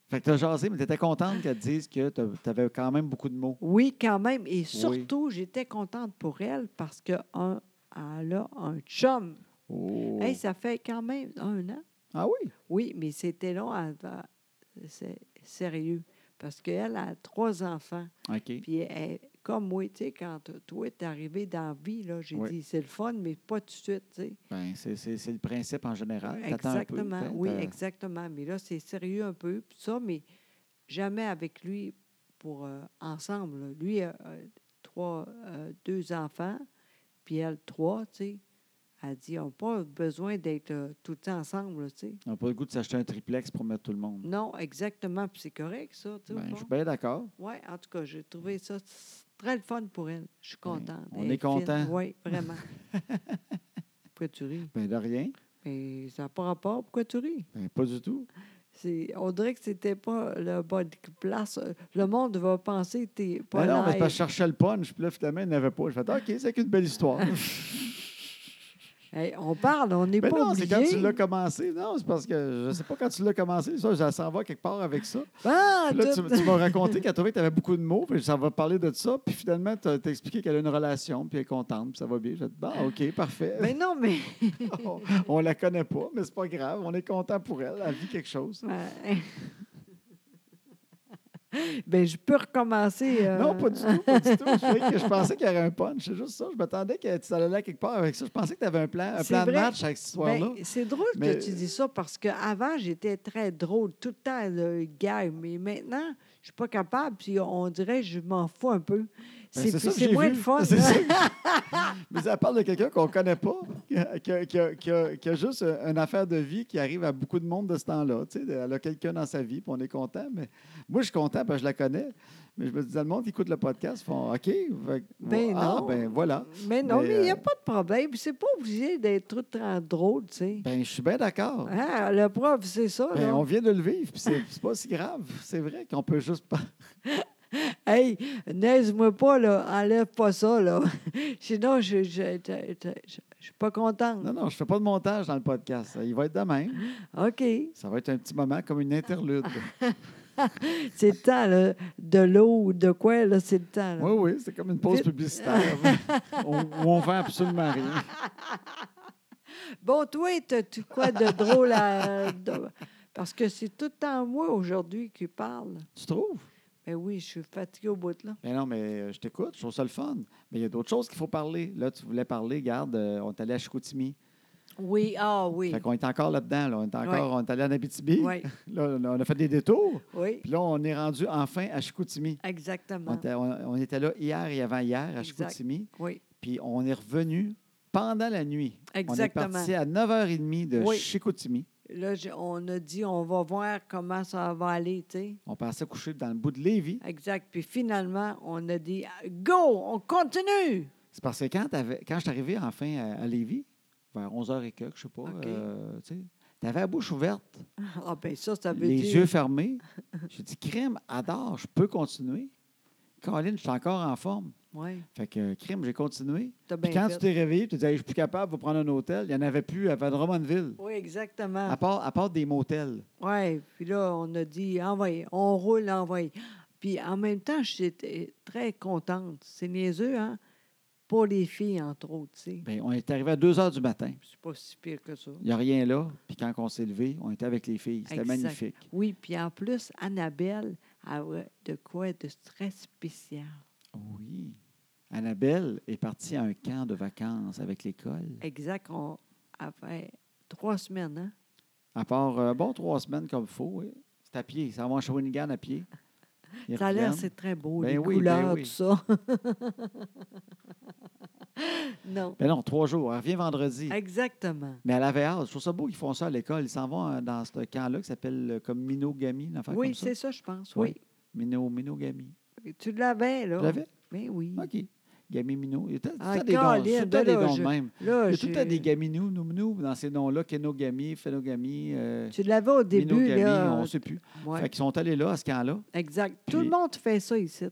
S2: fait que t'as jasé, mais t'étais contente qu'elle te dise que t'as- t'avais quand même beaucoup de mots.
S1: Oui, quand même. Et surtout, j'étais contente pour elle parce que un, elle a un chum.
S2: Oh.
S1: Hey, ça fait quand même un an.
S2: Ah oui?
S1: Oui, mais c'était long. avant- C'est sérieux. Parce qu'elle a trois enfants.
S2: OK.
S1: Puis, elle- comme moi, tu sais, quand t- toi, t'es arrivé dans la vie, là, j'ai
S2: Oui.
S1: dit, c'est le fun, mais pas tout de suite, tu sais.
S2: Ben, c'est- c'est c'est le principe en général. T'attends un peu,
S1: Exactement,
S2: t'as-
S1: oui,
S2: t'as-
S1: exactement. Mais là, c'est sérieux un peu, puis ça, mais jamais avec lui pour euh, ensemble. là. Lui, a euh, trois, euh, deux enfants, puis elle, trois, tu sais. Elle dit, on n'a pas besoin d'être euh, tout le temps ensemble, là, tu sais.
S2: On n'a pas le goût de s'acheter un triplex pour mettre tout le monde.
S1: Non, exactement, puis c'est correct, ça, tu sais.
S2: Ben, je suis bien d'accord.
S1: Oui, en tout cas, j'ai trouvé ça s- très le fun pour elle. Je suis
S2: Ben,
S1: contente.
S2: on est content.
S1: Oui, vraiment. pourquoi tu ris?
S2: Ben, de rien.
S1: Mais ça n'a pas rapport, pourquoi tu ris?
S2: Ben, pas du tout.
S1: C'est- On dirait que c'était pas la bonne place. Le monde va penser que t'es pas
S2: Ben non, mais c'est
S1: live.
S2: parce que je cherchais le punch, puis là, finalement, il n'y en avait pas. Je fais, OK, c'est qu'une belle histoire.
S1: Hey, on parle, on n'est
S2: Mais
S1: pas
S2: Ben non, c'est
S1: obligé.
S2: quand tu l'as commencé. Non, c'est parce que je sais pas quand tu l'as commencé. Ça, ça s'en va quelque part avec ça.
S1: Ah,
S2: Puis là, tu,
S1: tout-
S2: tu m'as raconté qu'elle trouvait que tu avais beaucoup de mots, puis ça va parler de ça. Puis finalement, tu as t'as expliqué qu'elle a une relation, puis elle est contente, puis ça va bien. Je dis, bon, OK, parfait.
S1: Mais non, mais
S2: on, on la connaît pas, mais c'est pas grave. On est content pour elle. Elle vit quelque chose.
S1: ben je peux recommencer. euh,
S2: Non, pas du tout, pas du tout. Je, fais que je pensais qu'il y aurait un punch. C'est juste ça. Je m'attendais que tu allais là quelque part avec ça. Je pensais que tu avais un plan, un
S1: C'est
S2: plan de
S1: vrai.
S2: match avec cette
S1: ben,
S2: histoire-là.
S1: c'est drôle
S2: Mais-
S1: que tu dis ça parce qu'avant, j'étais très drôle, tout le temps le gars, mais maintenant, je suis pas capable, puis on dirait que je m'en fous un peu. C'est
S2: Ben, c'est ça que
S1: c'est
S2: j'ai
S1: moins
S2: vu.
S1: de fun.
S2: C'est
S1: là.
S2: ça Mais ça parle de quelqu'un qu'on connaît pas, qui a, qui a- qui a- qui a- qui a juste une affaire de vie qui arrive à beaucoup de monde de ce temps-là. Tu sais, elle a quelqu'un dans sa vie, puis on est content. Mais moi, je suis content parce que je la connais. Mais je me disais, le monde qui écoute le podcast font OK. fait que-
S1: Ben
S2: ah,
S1: non.
S2: ben voilà.
S1: Mais non,
S2: Mais,
S1: mais il n'y a
S2: euh,
S1: pas de problème. puis C'est pas obligé d'être tout le temps drôle, tu sais.
S2: Ben, je suis bien d'accord.
S1: Hein, le prof, c'est ça.
S2: Ben,
S1: là.
S2: on vient de le vivre, puis c'est c'est pas si grave. C'est vrai qu'on peut juste pas.
S1: Hey, niaise-moi pas, là. Enlève pas ça, là. Sinon, je je- je- je- je- je suis pas contente.
S2: Non, non, je fais pas de montage dans le podcast. Il va être de même.
S1: OK.
S2: Ça va être un petit moment comme une interlude.
S1: C'est le temps, là, de l'eau ou de quoi, là, c'est le temps. là.
S2: Oui, oui, c'est comme une pause
S1: Vite.
S2: publicitaire où où on fait absolument rien.
S1: Bon, toi, t'as tu quoi de drôle à... de- Parce que c'est tout le temps moi, aujourd'hui, qui parle.
S2: Tu trouves?
S1: Ben oui, je suis fatiguée au bout, là.
S2: Mais non, mais euh, je t'écoute, je trouve ça le fun. Mais il y a d'autres choses qu'il faut parler. Là, tu voulais parler, garde, euh, on est allé à Chicoutimi.
S1: Oui, ah oui.
S2: Fait qu'on est encore là-dedans, là. On est encore,
S1: Ouais.
S2: on est allé en Abitibi.
S1: Oui,
S2: Là, on a- on a fait des détours.
S1: oui,
S2: Puis là, on est rendu enfin à Chicoutimi. On
S1: exactement.
S2: était, on- on était là hier et avant-hier à
S1: Exact.
S2: Chicoutimi.
S1: Oui,
S2: Puis on est revenu pendant la nuit. On est
S1: exactement.
S2: parti à 9h30 de
S1: Oui.
S2: Chicoutimi.
S1: Là, j'ai- on a dit, on va voir comment ça va aller, tu sais.
S2: On passait coucher dans le bout de Lévis.
S1: Exact. Puis finalement, on a dit, go, on continue.
S2: C'est parce que quand, t'avais- quand je suis arrivé enfin à, à Lévis, vers 11h et quelques, je sais pas,
S1: OK.
S2: euh, tu avais la bouche ouverte,
S1: Ah, ben ça, ça veut
S2: les
S1: dire.
S2: yeux fermés. J'ai dit, crème, adore, je peux continuer. Caroline, je suis encore en forme.
S1: Oui,
S2: Fait que, crime, j'ai continué.
S1: t'as
S2: Puis
S1: bien
S2: quand
S1: Ben fait.
S2: tu t'es réveillé, tu te dis, Hey, je suis plus capable, va prendre un hôtel. Il n'y en avait plus à Drummondville,
S1: Oui, exactement.
S2: à part, à part des motels.
S1: Oui, puis là, on a dit, envoyez, on roule, envoyez. Puis en même temps, j'étais très contente. C'est niaiseux, hein? Pour les filles, entre autres, tu sais.
S2: Bien, Ben, on est arrivé à 2 heures du matin.
S1: C'est pas si pire que ça.
S2: Il n'y a rien là. Puis quand on s'est levé, on était avec les filles. C'était
S1: Exact.
S2: magnifique.
S1: Oui, puis en plus, Annabelle a de quoi de très spécial.
S2: Oui. Annabelle est partie à un camp de vacances avec l'école.
S1: Exact, on a fait trois semaines, hein?
S2: À part, euh, bon, trois semaines comme il faut. oui. C'est à pied. Ça va à Shawinigan à pied. Ils
S1: Ça a l'air,
S2: reviennent.
S1: c'est très beau,
S2: Ben
S1: les
S2: oui, ben
S1: couleurs,
S2: oui.
S1: tout ça. non,
S2: Mais Ben non, trois jours. Elle revient vendredi.
S1: exactement.
S2: Mais elle avait hâte. Je trouve ça beau qu'ils font ça à l'école. Ils s'en vont euh, dans ce camp-là qui s'appelle euh, comme Minogami, une affaire
S1: Oui,
S2: comme ça.
S1: c'est ça, je pense, oui.
S2: Mino, Minogami.
S1: Tu l'avais, là.
S2: Tu l'avais?
S1: Ben oui.
S2: OK. Gami Mino. Il y a tout le temps
S1: Ah,
S2: des noms,
S1: Colin,
S2: tout le temps
S1: ben
S2: des
S1: là,
S2: noms de
S1: je-
S2: même. Il
S1: Là,
S2: y a tout le temps
S1: j'ai-
S2: des gaminou, nounou, dans ces noms-là, kenogami, phénogami, euh,
S1: Tu l'avais au début,
S2: minogami,
S1: là.
S2: on ne sait plus.
S1: ouais,
S2: Fait qu'ils sont allés là, à ce camp-là.
S1: Exact. Tout le
S2: Puis-
S1: monde fait ça ici.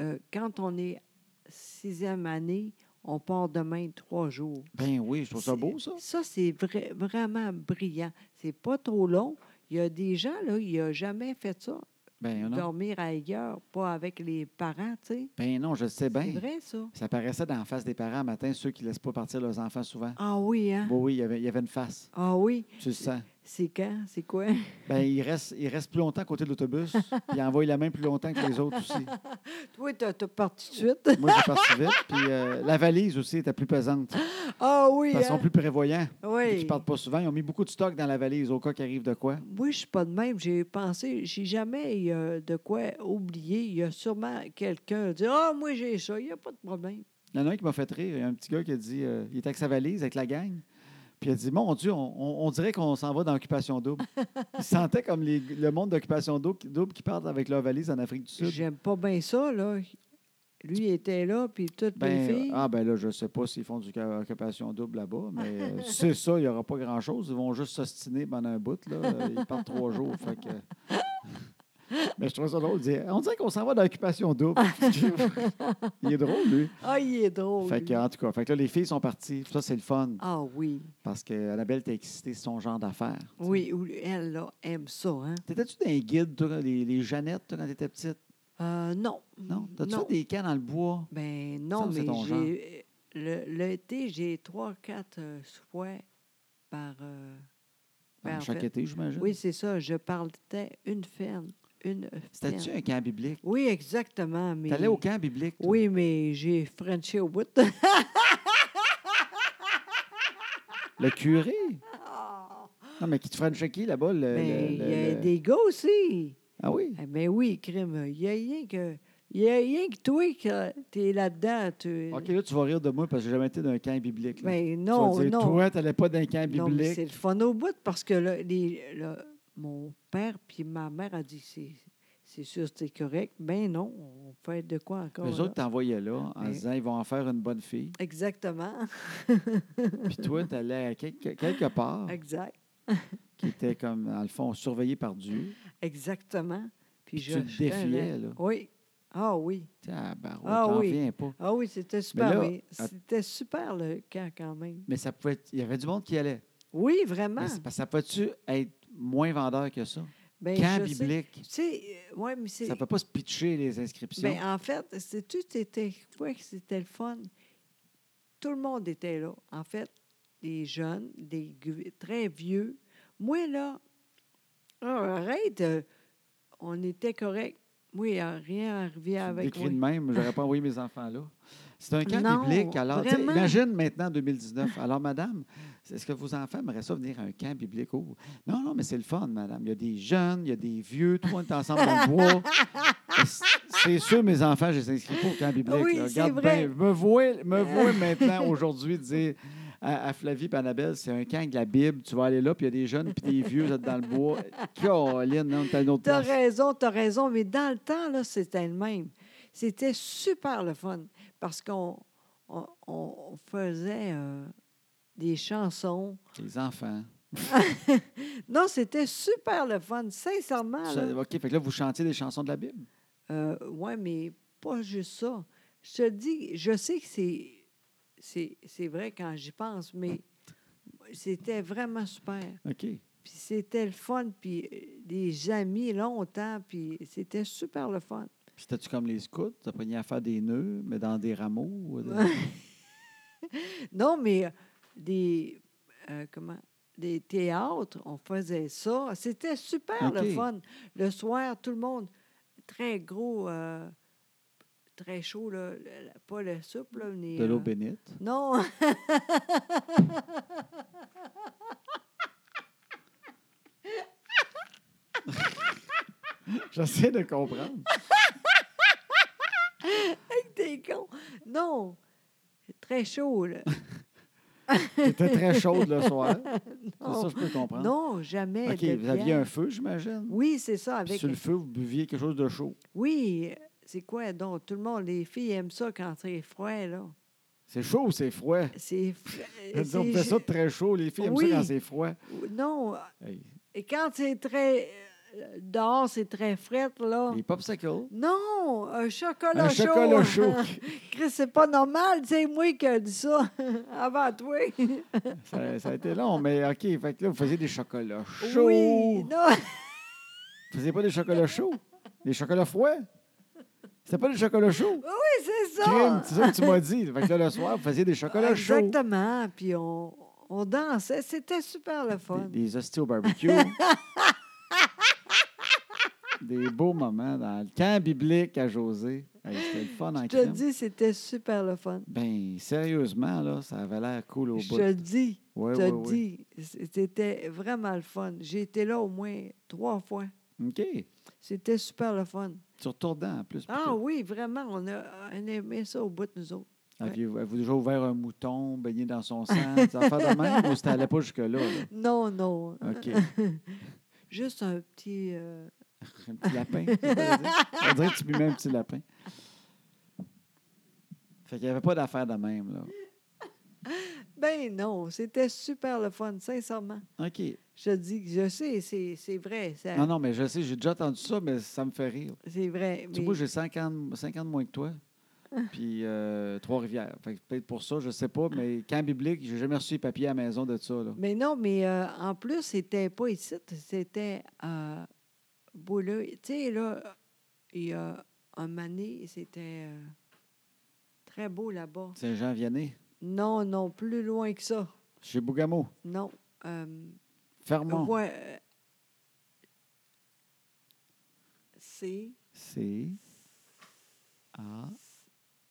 S1: Euh, quand on est sixième année, on part demain trois jours.
S2: Ben oui, je trouve ça
S1: C'est-
S2: beau, ça.
S1: Ça, c'est vrai- vraiment brillant. C'est pas trop long. Il y a des gens, là, ils n'ont jamais fait ça.
S2: Ben non,
S1: Dormir ailleurs, pas avec les parents, tu sais.
S2: ben non je le sais
S1: C'est
S2: bien.
S1: vrai, ça.
S2: Ça paraissait dans la face des parents le matin, ceux qui ne laissent pas partir leurs enfants souvent.
S1: Ah oui, hein?
S2: Oui, oui, il y avait, il y avait une face.
S1: Ah oui.
S2: Tu le sens.
S1: C'est quand? C'est quoi?
S2: Ben, il reste, il reste plus longtemps à côté de l'autobus. puis il envoie la main plus longtemps que les autres aussi.
S1: Toi, t'as t'as parti tout de suite.
S2: Moi, j'ai parti vite. Puis euh, la valise aussi était plus pesante.
S1: Ah oui,
S2: Parce qu'ils
S1: hein?
S2: sont plus prévoyants. Ils
S1: Oui.
S2: ne partent pas souvent. Ils ont mis beaucoup de stock dans la valise au cas qu'il arrive de quoi.
S1: Moi, je suis pas de même. J'ai pensé, j'ai jamais euh, de quoi oublier. Il y a sûrement quelqu'un qui dit Ah, moi, j'ai ça, il n'y a pas de problème.
S2: Il y en a un qui m'a fait rire. Il y a un petit gars qui a dit euh, il était avec sa valise, avec la gang. Puis il a dit Mon Dieu, on, on- on dirait qu'on s'en va dans Occupation Double. il sentait comme les- le monde d'Occupation Dou- Double qui partent avec leur valise en Afrique du Sud.
S1: J'aime pas bien ça, là. Lui, il était là, puis toutes les
S2: Ben, euh,
S1: filles.
S2: ah, ben là, je sais pas s'ils font du ca- Occupation Double là-bas, mais euh, c'est ça, il n'y aura pas grand-chose. Ils vont juste s'ostiner pendant un bout. Là. Euh, Ils partent trois jours. Fait que- mais je trouve ça drôle de dire On dirait qu'on s'en va dans Occupation Double. il est drôle, lui.
S1: Ah, il est drôle.
S2: Fait
S1: lui.
S2: que, en tout cas, fait que là, les filles sont parties. Ça, c'est le fun.
S1: Ah oui.
S2: Parce qu'Annabelle était excitée, c'est son genre d'affaires.
S1: Oui, ou- elle, là, aime ça, hein?
S2: T'étais-tu dans les guides, toi, les, les Jeannettes, toi, quand t'étais petite?
S1: Euh, non.
S2: Non? T'as-tu fait des camps dans le bois?
S1: Ben
S2: Ça,
S1: non,
S2: c'est
S1: mais
S2: ton genre.
S1: j'ai. le- L'été, j'ai trois, quatre euh, fois par. euh, ben,
S2: Ben,
S1: en
S2: chaque
S1: fait,
S2: été, j'imagine.
S1: Oui, c'est ça. Je parlais une ferme. Une ferme.
S2: C'était-tu un camp biblique?
S1: Oui, exactement. Mais...
S2: T'allais au camp biblique? toi?
S1: Oui, mais j'ai Frenché au bout.
S2: Le curé? Non, mais qui te frenchait qui là-bas? Le,
S1: mais
S2: le-
S1: Ben, il y
S2: le-
S1: a
S2: le-
S1: des gars aussi.
S2: Ah oui?
S1: Ah, Ben oui, crime. Il y a rien que. Il y a rien que toi que t'es là-dedans. Tu...
S2: OK, là, tu vas rire de moi parce que j'ai jamais été dans un camp biblique. là.
S1: Mais
S2: Tu vas
S1: Ben, non,
S2: dire,
S1: non.
S2: toi, t'allais pas dans un camp
S1: Non, mais
S2: biblique.
S1: c'est le fun au bout parce que là, les- là, mon père puis ma mère a dit c'est, c'est sûr, c'est correct. Ben non, on fait de quoi encore.
S2: Les
S1: là?
S2: autres t'envoyaient là en
S1: Mais-
S2: disant, ils vont en faire une bonne fille.
S1: Exactement.
S2: Puis toi, t'allais à quelque, quelque part
S1: Exact.
S2: qui était comme, dans le fond, surveillé par Dieu.
S1: Exactement. Puis,
S2: Puis tu le
S1: j'étais un-
S2: défiais, là.
S1: Oui. Ah oui.
S2: Ah, ben,
S1: Ah
S2: t'en
S1: oui.
S2: reviens pas.
S1: Ah oui, c'était super.
S2: là,
S1: mais
S2: att-
S1: c'était super le camp quand même.
S2: Mais ça pouvait être- il y avait du monde qui allait.
S1: Oui, vraiment.
S2: Mais c'est parce que ça peut-tu être moins vendeur que ça?
S1: Ben,
S2: camp
S1: je sais.
S2: biblique,
S1: Tu sais, euh, ouais, mais c'est.
S2: ça peut pas se pitcher les inscriptions.
S1: Ben, en fait, sais-tu, c'était quoi que c'était le fun? Tout le monde était là. En fait, des jeunes, des gu- très vieux. Moi, là, ah, arrête, euh, on était correct. Moi, il y a rien arrivé
S2: Tu me
S1: avec
S2: décris de
S1: moi.
S2: même, j'aurais pas envoyé mes enfants là. C'est un camp
S1: Non,
S2: biblique. Alors, tu sais,
S1: vraiment.
S2: imagine maintenant 2019. Alors, madame, est-ce que vos enfants aimeraient ça venir à un camp biblique? Oh, Non, non, mais c'est le fun, madame. Il y a des jeunes, il y a des vieux, tout le monde est ensemble dans le bois. Et c- C'est sûr, mes enfants, je les inscris pas au camp biblique.
S1: Oui,
S2: là.
S1: c'est
S2: Regarde
S1: vrai.
S2: bien, me vois, me vois maintenant aujourd'hui dire à, à Flavie et Annabelle, c'est un camp de la Bible, tu vas aller là, puis il y a des jeunes, puis des vieux, vous êtes dans le bois. Caroline, non, t'as une autre
S1: T'as
S2: place.
S1: raison, t'as raison, mais dans le temps, là, c'était le même. C'était super le fun parce qu'on on, on faisait euh, des chansons.
S2: Les enfants.
S1: Non, c'était super le fun, sincèrement.
S2: Ça-
S1: Ah, là.
S2: OK, fait que là, vous chantiez des chansons de la Bible.
S1: Euh, ouais, mais pas juste ça. Je te dis, je sais que c'est, c'est, c'est vrai quand j'y pense, mais c'était vraiment super.
S2: OK.
S1: Puis c'était le fun, puis euh, des amis longtemps, puis c'était super le fun.
S2: Puis C'était-tu comme les scouts? T'as pogné à faire des nœuds, mais dans des rameaux? euh, ou dans-
S1: Non, mais euh, des, euh, comment, des théâtres, on faisait ça. C'était super le
S2: OK.
S1: fun. Le soir, tout le monde, très gros, euh, très chaud, là, le- le- pas la soupe, là, mais,
S2: De l'eau
S1: euh,
S2: bénite.
S1: Non.
S2: J'essaie de comprendre.
S1: T'es con. Non. Très chaud, là.
S2: C'était très chaude le soir. C'est ça,
S1: Non.
S2: je peux comprendre.
S1: Non, jamais.
S2: OK,
S1: de
S2: vous aviez
S1: bière.
S2: un feu, j'imagine.
S1: Oui, c'est ça.
S2: Puis
S1: Avec...
S2: sur le feu, vous buviez quelque chose de chaud.
S1: Oui, c'est quoi donc? Tout le monde, les filles aiment ça quand c'est froid, là.
S2: C'est chaud ou c'est froid?
S1: C'est.
S2: On fait
S1: c'est-
S2: ça de très chaud. Les filles aiment
S1: Oui.
S2: ça quand c'est froid.
S1: Non,
S2: Hey,
S1: et quand c'est très. euh, Dehors, c'est très fret, là.
S2: Les popsicles.
S1: Non, un chocolat
S2: Un
S1: chaud.
S2: chocolat chaud.
S1: Chris, c'est pas normal, c'est moi qui ai dit ça avant toi.
S2: ça, ça a été long, mais OK. Fait que là, vous faisiez des chocolats chauds.
S1: Oui, non.
S2: Vous faisiez pas des chocolats chauds? Des chocolats froids? C'était pas des chocolats chauds?
S1: Oui, c'est ça.
S2: Crime, c'est ça que tu m'as dit. Fait que là, le soir, vous faisiez des chocolats chauds.
S1: Ah, Exactement, puis on, on dansait, c'était super le fun.
S2: Des, des hosties au barbecue. des beaux moments dans le camp biblique à José. Hey, C'était le fun en
S1: Je te
S2: crème.
S1: dis, c'était super le fun.
S2: Ben, sérieusement, là, ça avait l'air cool au
S1: Je
S2: bout.
S1: te dis,
S2: Ouais,
S1: je
S2: ouais,
S1: te
S2: ouais.
S1: dis, c'était vraiment le fun. J'ai été là au moins trois fois.
S2: OK.
S1: C'était super le fun.
S2: Tu retournes en plus.
S1: Ah
S2: peut-être.
S1: oui, vraiment, on a on a aimé ça au bout de nous autres. ouais.
S2: Aviez-vous avez-vous déjà ouvert un mouton, baigné dans son sang, des affaires de même, ou ça n'allait pas jusque-là? là?
S1: Non, non.
S2: OK.
S1: Juste un petit. euh,
S2: Un petit lapin. c'est ça que ça veut dire? On dirait que tu mets un petit lapin. Fait qu'il n'y avait pas d'affaires de même, là.
S1: Ben non, c'était super le fun, sincèrement.
S2: OK.
S1: Je te dis, je sais, c'est c'est vrai. ça-
S2: Non, non, mais je sais, j'ai déjà entendu ça, mais ça me fait rire.
S1: C'est vrai.
S2: Tu sais,
S1: mais-
S2: moi, j'ai 50, 50 moins que toi. Puis euh, Trois-Rivières. Fait que peut-être pour ça, je sais pas, mais camp biblique, j'ai jamais reçu les papiers à la maison de ça, là.
S1: Mais non, mais euh, en plus, c'était pas ici, c'était à Bouleux. Tu sais, là, il y a un mané, c'était euh, très beau là-bas.
S2: C'est Jean Vianney.
S1: Non, non, plus loin que ça.
S2: Chez Bougamo.
S1: Non. euh,
S2: Fermont.
S1: ouais, euh, c'est
S2: C'est à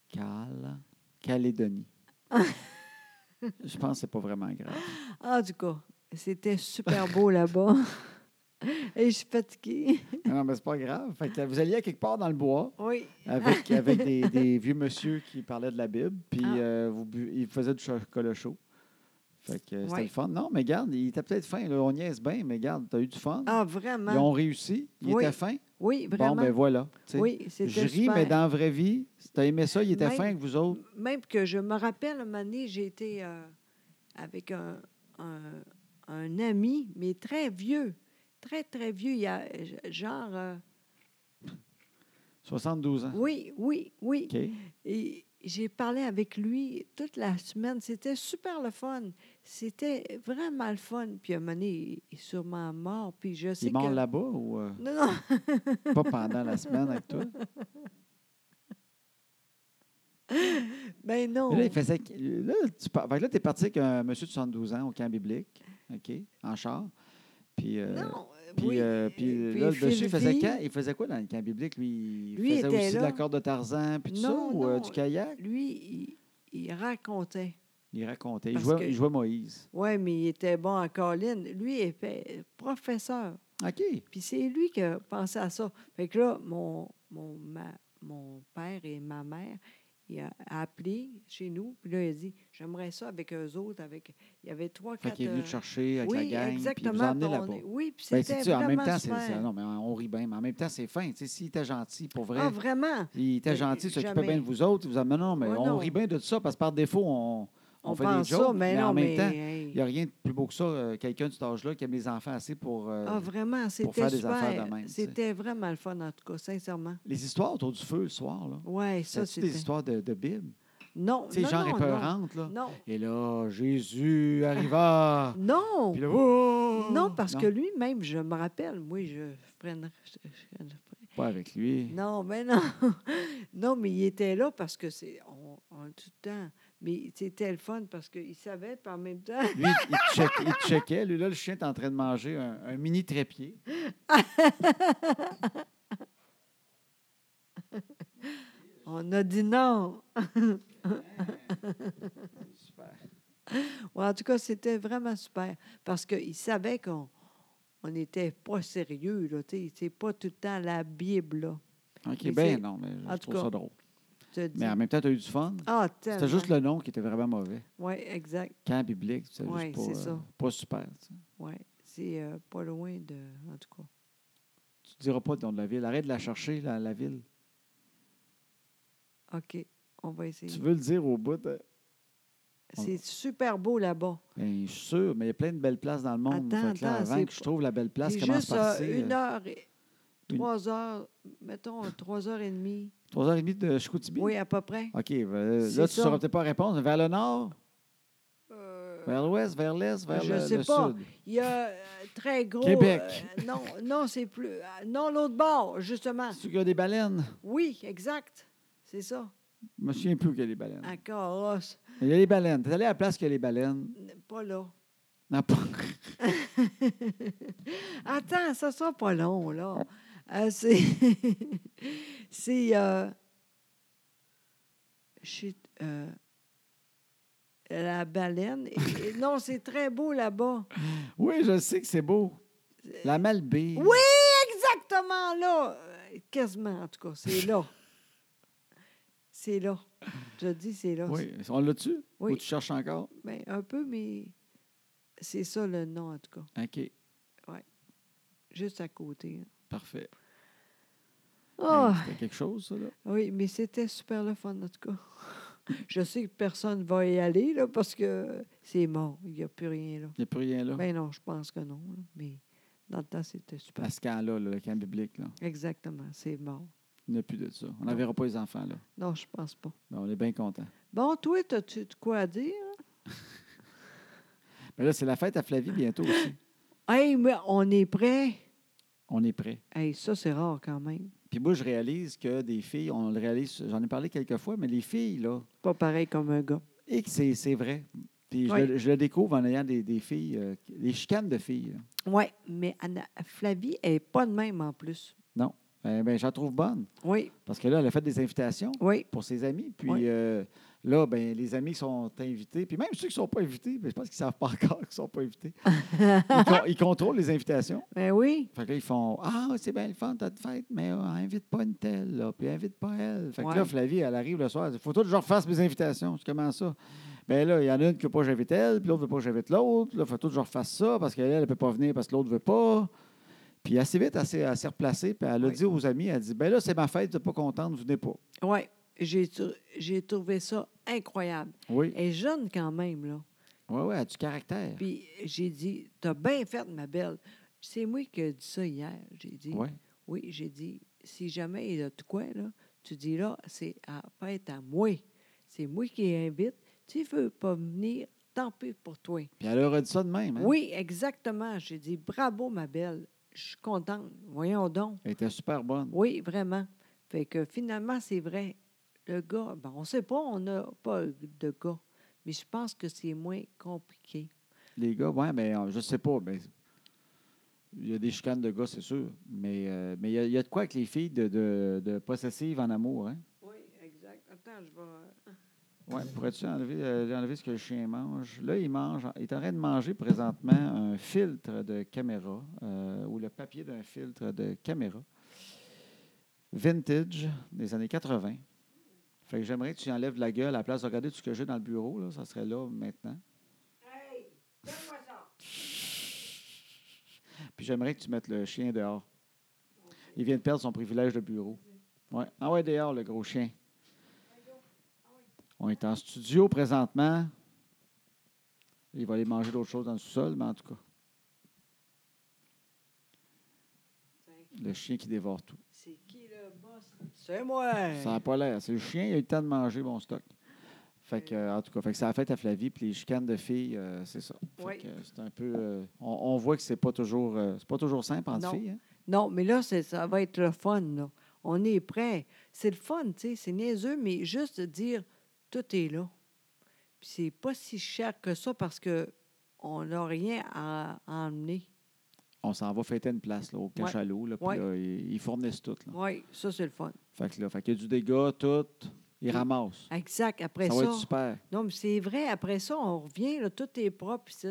S2: Cal... Calédonie. je pense que c'est pas vraiment grave.
S1: En tout cas, c'était super beau là-bas. Et je suis fatiguée.
S2: Non, mais c'est pas grave. Fait que euh, vous alliez à quelque part dans le bois
S1: Oui.
S2: avec, avec des, des vieux monsieur qui parlaient de la Bible, puis
S1: Ah.
S2: euh, vous bu- ils faisaient du chocolat chaud. Fait que euh, c'était
S1: Ouais.
S2: le fun. Non, mais garde, il était peut-être fin. là, on niaise bien, mais garde, t'as eu du fun.
S1: Ah,
S2: Ils
S1: vraiment?
S2: ont réussi. Ils
S1: Oui,
S2: étaient fins.
S1: Oui,
S2: Bon,
S1: vraiment.
S2: ben voilà. tu sais.
S1: oui, c'était
S2: je ris,
S1: super.
S2: mais dans la vraie vie, si t'as aimé ça, ils étaient
S1: Même-
S2: fins avec vous autres.
S1: Même que je me rappelle, une année, j'ai été euh, avec un, un- un ami, mais très vieux. Très, très vieux. Il y a euh, genre. euh,
S2: 72 ans.
S1: oui, oui, oui.
S2: OK.
S1: Et j'ai parlé avec lui toute la semaine. C'était super le fun. C'était vraiment le fun. Puis à un moment donné, il- il est sûrement mort. Puis je sais
S2: Ils mordent
S1: que-
S2: là-bas ou euh,
S1: Non, non.
S2: pas pendant la semaine avec toi?
S1: Ben non.
S2: Mais Là, il faisait. Là, tu par- fait que là, t'es parti avec un monsieur de 72 ans au camp biblique, OK, en char. Puis, euh,
S1: non. euh,
S2: puis,
S1: oui,
S2: euh, puis,
S1: euh,
S2: là, le monsieur, il faisait,
S1: Sylvie,
S2: quand, il faisait quoi dans le camp biblique? Lui, il
S1: Lui
S2: faisait
S1: était
S2: aussi de
S1: là.
S2: la corde de Tarzan, puis tout ça,
S1: Non,
S2: ou euh,
S1: non.
S2: du kayak?
S1: Lui, il, il racontait.
S2: Il racontait. Il
S1: Parce
S2: jouait,
S1: que-
S2: il jouait Moïse.
S1: Oui, mais il était bon en colline. Lui, il était professeur.
S2: OK.
S1: Puis c'est lui qui a pensé à ça. Fait que là, mon, mon, ma- mon père et ma mère, il a appelé chez nous. Puis là, il a dit, j'aimerais ça avec eux autres. Avec... Il y avait trois,
S2: Fait
S1: quatre...
S2: qu'il est venu
S1: euh,
S2: te chercher avec
S1: oui,
S2: la gang, puis il
S1: exactement.
S2: vous a emmené
S1: puis on-
S2: là-bas.
S1: Oui, puis
S2: Ben,
S1: c'était
S2: c'est-tu, en même
S1: vraiment
S2: temps, c'est,
S1: super.
S2: c'est- non, mais on rit bien, mais en même temps, c'est fin. Tu sais, s'il était gentil, pour vrai,
S1: Ah, vraiment?
S2: il était
S1: Ben,
S2: gentil, il s'occupait
S1: jamais.
S2: bien de vous autres, il vous a non, non, mais
S1: Ouais,
S2: on
S1: non.
S2: rit bien de ça, parce que par défaut, on, on,
S1: On,
S2: fait
S1: pense
S2: des jokes,
S1: ça, mais, non,
S2: en même
S1: mais...
S2: temps,
S1: hey.
S2: il n'y a rien de plus beau que ça, euh, quelqu'un de cet âge-là qui aime les enfants assez pour... euh,
S1: Ah, vraiment, c'était
S2: faire des affaires de
S1: super.
S2: même, tu sais.
S1: C'était vraiment le fun, en tout cas, sincèrement.
S2: Les histoires autour du feu, le soir, là.
S1: Oui, ça,
S2: C'est-tu des
S1: c'était...
S2: histoires de, de Bible?
S1: Non,
S2: Tu sais,
S1: non,
S2: genre
S1: non,
S2: épeurante, là.
S1: non. Non,
S2: Et là, Jésus arriva.
S1: non.
S2: Puis là, Oh!
S1: Non, parce que lui-même, je me rappelle, moi, je freine- je- je- je-
S2: pas avec lui.
S1: Non, mais non. non, mais il était là parce que c'est. On, on a tout le temps. Mais c'était le fun parce qu'il savait, puis en même temps.
S2: Lui, il, check- il checkait. Lui, là, le chien est en train de manger un, un mini trépied.
S1: On a dit non.
S2: Super.
S1: Ouais, en tout cas, c'était vraiment super parce qu'il savait qu'on on n'était pas sérieux. là, tu sais, C'est pas tout le temps la Bible. Là,
S2: OK,
S1: Mais
S2: ben
S1: c'est-
S2: non, mais je
S1: en tout
S2: trouve
S1: cas,
S2: ça drôle.
S1: je te dis.
S2: Mais en même temps, tu as eu du fun.
S1: Ah,
S2: C'était juste le nom qui était vraiment mauvais.
S1: Oui, exact.
S2: Camp biblique, c'est
S1: Ouais,
S2: juste pas,
S1: c'est ça.
S2: euh, pas super. tu sais.
S1: Ouais. C'est euh, pas loin de. En tout cas.
S2: Tu ne diras pas le nom de la ville. Arrête de la chercher, la, la ville.
S1: OK, on va
S2: Tu
S1: essayer.
S2: veux le dire au bout. de-
S1: C'est super beau là-bas.
S2: Ben, je suis sûr, mais il y a plein de belles places dans le monde.
S1: Attends,
S2: Fait que là,
S1: attends,
S2: avant
S1: c'est
S2: que je
S1: pas-
S2: trouve la belle place,
S1: C'est
S2: commence
S1: juste
S2: par
S1: euh, une heure, et-
S2: une-
S1: trois heures, mettons euh, trois heures et demie.
S2: 3h30 de Chicoutimi?
S1: Oui, à peu près.
S2: OK, ben, là, tu
S1: C'est
S2: ne
S1: ça.
S2: sauras peut-être pas répondre. Vers le nord,
S1: Euh,
S2: vers l'ouest, vers l'est, vers
S1: Je
S2: le,
S1: sais
S2: le
S1: pas.
S2: sud.
S1: Il y a euh, très gros.
S2: Québec.
S1: euh, non, non, c'est plus. euh, non, l'autre bord, justement.
S2: C'est-tu qu'il y a des baleines?
S1: Oui, exact. C'est ça.
S2: Je me souviens plus qu'il y a des baleines.
S1: À Carrosse.
S2: Il y a des baleines. Tu es allé à la place qu'il y a les baleines.
S1: N- Pas là.
S2: Non, pas-
S1: Attends, ça sera pas long, là. Euh, c'est. c'est. euh, chez- euh, la baleine. Et- et non, c'est très beau là-bas.
S2: Oui, je sais que c'est beau. La Malbaie.
S1: Oui, exactement là. Euh, Quasiment, en tout cas. C'est là. c'est là. Je dis, c'est là.
S2: Oui. On l'a-tu?
S1: Oui.
S2: Ou tu cherches encore?
S1: Ben, un peu, mais c'est ça le nom, en tout cas.
S2: OK,
S1: Juste à côté. hein.
S2: parfait.
S1: Ah,
S2: Hey, C'était quelque chose, ça, là.
S1: oui, mais c'était super le fun, en tout cas. Je sais que personne ne va y aller, là, parce que c'est mort. Il n'y a plus rien, là.
S2: Il n'y a plus rien, là.
S1: Ben non, je pense que non, là, mais dans le temps, c'était super.
S2: à ce camp-là, là, le camp biblique, là.
S1: Exactement, c'est mort.
S2: Il n'y a plus de ça. On
S1: Non.
S2: n'enverra pas les enfants, là.
S1: Non, je pense pas.
S2: Mais on est bien contents.
S1: Bon, toi, as-tu de quoi à dire?
S2: Mais là, c'est la fête à Flavie bientôt aussi.
S1: Hey, mais on est prêt.
S2: On est prêts.
S1: Hey, ça, c'est rare quand même.
S2: Puis moi, je réalise que des filles, on le réalise, j'en ai parlé quelques fois, mais les filles, là,
S1: Pas pareil comme un gars.
S2: et que c'est c'est vrai. Puis je,
S1: Oui.
S2: le, je le découvre en ayant des, des filles, euh, les chicanes de filles. là.
S1: Oui, mais Anna, Flavie est pas de même en plus.
S2: Ben, ben, j'en trouve bonne.
S1: Oui,
S2: Parce que là, elle a fait des invitations
S1: oui.
S2: pour ses amis. Puis
S1: Oui.
S2: euh, là, ben, les amis qui sont invités. Puis même ceux qui ne sont pas invités, ben, je pense qu'ils ne savent pas encore qu'ils ne sont pas invités. ils, con- ils contrôlent les invitations.
S1: Ben oui.
S2: Fait que là, ils font Ah, ouais, c'est bien le fun, t'as de fête, mais euh, invite pas une telle, là, puis invite pas elle. Fait que
S1: Ouais.
S2: là, Flavie, elle arrive le soir, elle dit Faut tout que je refasse mes invitations. Je dis, comment ça Bien là, il y en a une qui veut pas que j'invite elle, puis l'autre veut pas que j'invite l'autre. Là, faut tout que je refasse ça parce qu'elle, elle peut pas venir parce que l'autre veut pas. Puis assez vite, elle s'est elle s'est replacée, puis elle a
S1: Oui.
S2: dit aux amis Elle dit Ben là, c'est ma fête, vous n'êtes pas contente, vous venez pas.
S1: Oui, j'ai tr- j'ai trouvé ça incroyable.
S2: Oui.
S1: Elle est jeune quand même, là.
S2: Oui, oui, elle a du caractère.
S1: Puis j'ai dit, t'as bien fait, ma belle. C'est moi qui ai dit ça hier. J'ai dit,
S2: Oui.
S1: oui, j'ai dit, si jamais il a de quoi, là, tu dis là, c'est à fête à moi. C'est moi qui invite. Tu veux pas venir, tant pis pour toi.
S2: Puis elle leur a dit ça de même. hein.
S1: Oui, exactement. J'ai dit bravo, ma belle. Je suis contente. Voyons donc.
S2: Elle était super bonne.
S1: Oui, vraiment. Fait que finalement, c'est vrai. Le gars, ben, on ne sait pas, on n'a pas de gars. Mais je pense que c'est moins compliqué.
S2: Les gars, ouais, mais euh, je sais pas. Mais il y a des chicanes de gars, c'est sûr. Mais euh, mais il y a- il y, a de quoi avec les filles de, de, de possessives en amour, hein?
S1: Oui, exact. Attends, je vais.
S2: Ouais, pourrais-tu enlever, euh, enlever ce que le chien mange? Là, il mange, il est en train de manger présentement un filtre de caméra, euh, ou le papier d'un filtre de caméra. Vintage, des années 80. Fait que j'aimerais que tu enlèves la gueule à la place de regarder tout ce que j'ai dans le bureau, là. Ça serait là maintenant.
S1: Hey, donne-moi ça.
S2: Puis j'aimerais que tu mettes le chien dehors. Il vient de perdre son privilège de bureau. Ouais. Ah ouais, dehors, le gros chien. On est en studio présentement. Il va aller manger d'autres choses dans le sous-sol, mais en tout cas, le chien qui dévore tout.
S1: C'est qui le boss? C'est moi.
S2: Ça n'a pas l'air. C'est le chien, il a eu le temps de manger mon stock. Fait que, euh, en tout cas, fait que ça a fait à Flavie, puis les chicanes de filles, euh, c'est ça. Fait
S1: Oui.
S2: que, euh, c'est un peu. euh, on, on voit que c'est pas toujours euh, c'est pas toujours simple entre
S1: Non.
S2: filles. hein.
S1: Non, mais là, c'est- ça va être le fun, là. On est prêt. C'est le fun, tu sais, c'est niaiseux, mais juste de dire tout est là. Puis c'est pas si cher que ça parce que on n'a rien à, à emmener.
S2: On s'en va fêter une place là, au cachalot. Là, puis
S1: Ouais.
S2: là, ils, ils fournissent tout. Là.
S1: Oui, ça, c'est le fun.
S2: Fait que là, fait qu'il y a du dégât, tout. Ils
S1: Oui.
S2: ramassent.
S1: Exact. Mm. Après
S2: Ça
S1: ça.
S2: va être super.
S1: non, mais c'est vrai, après ça, on revient, là, tout est propre ici.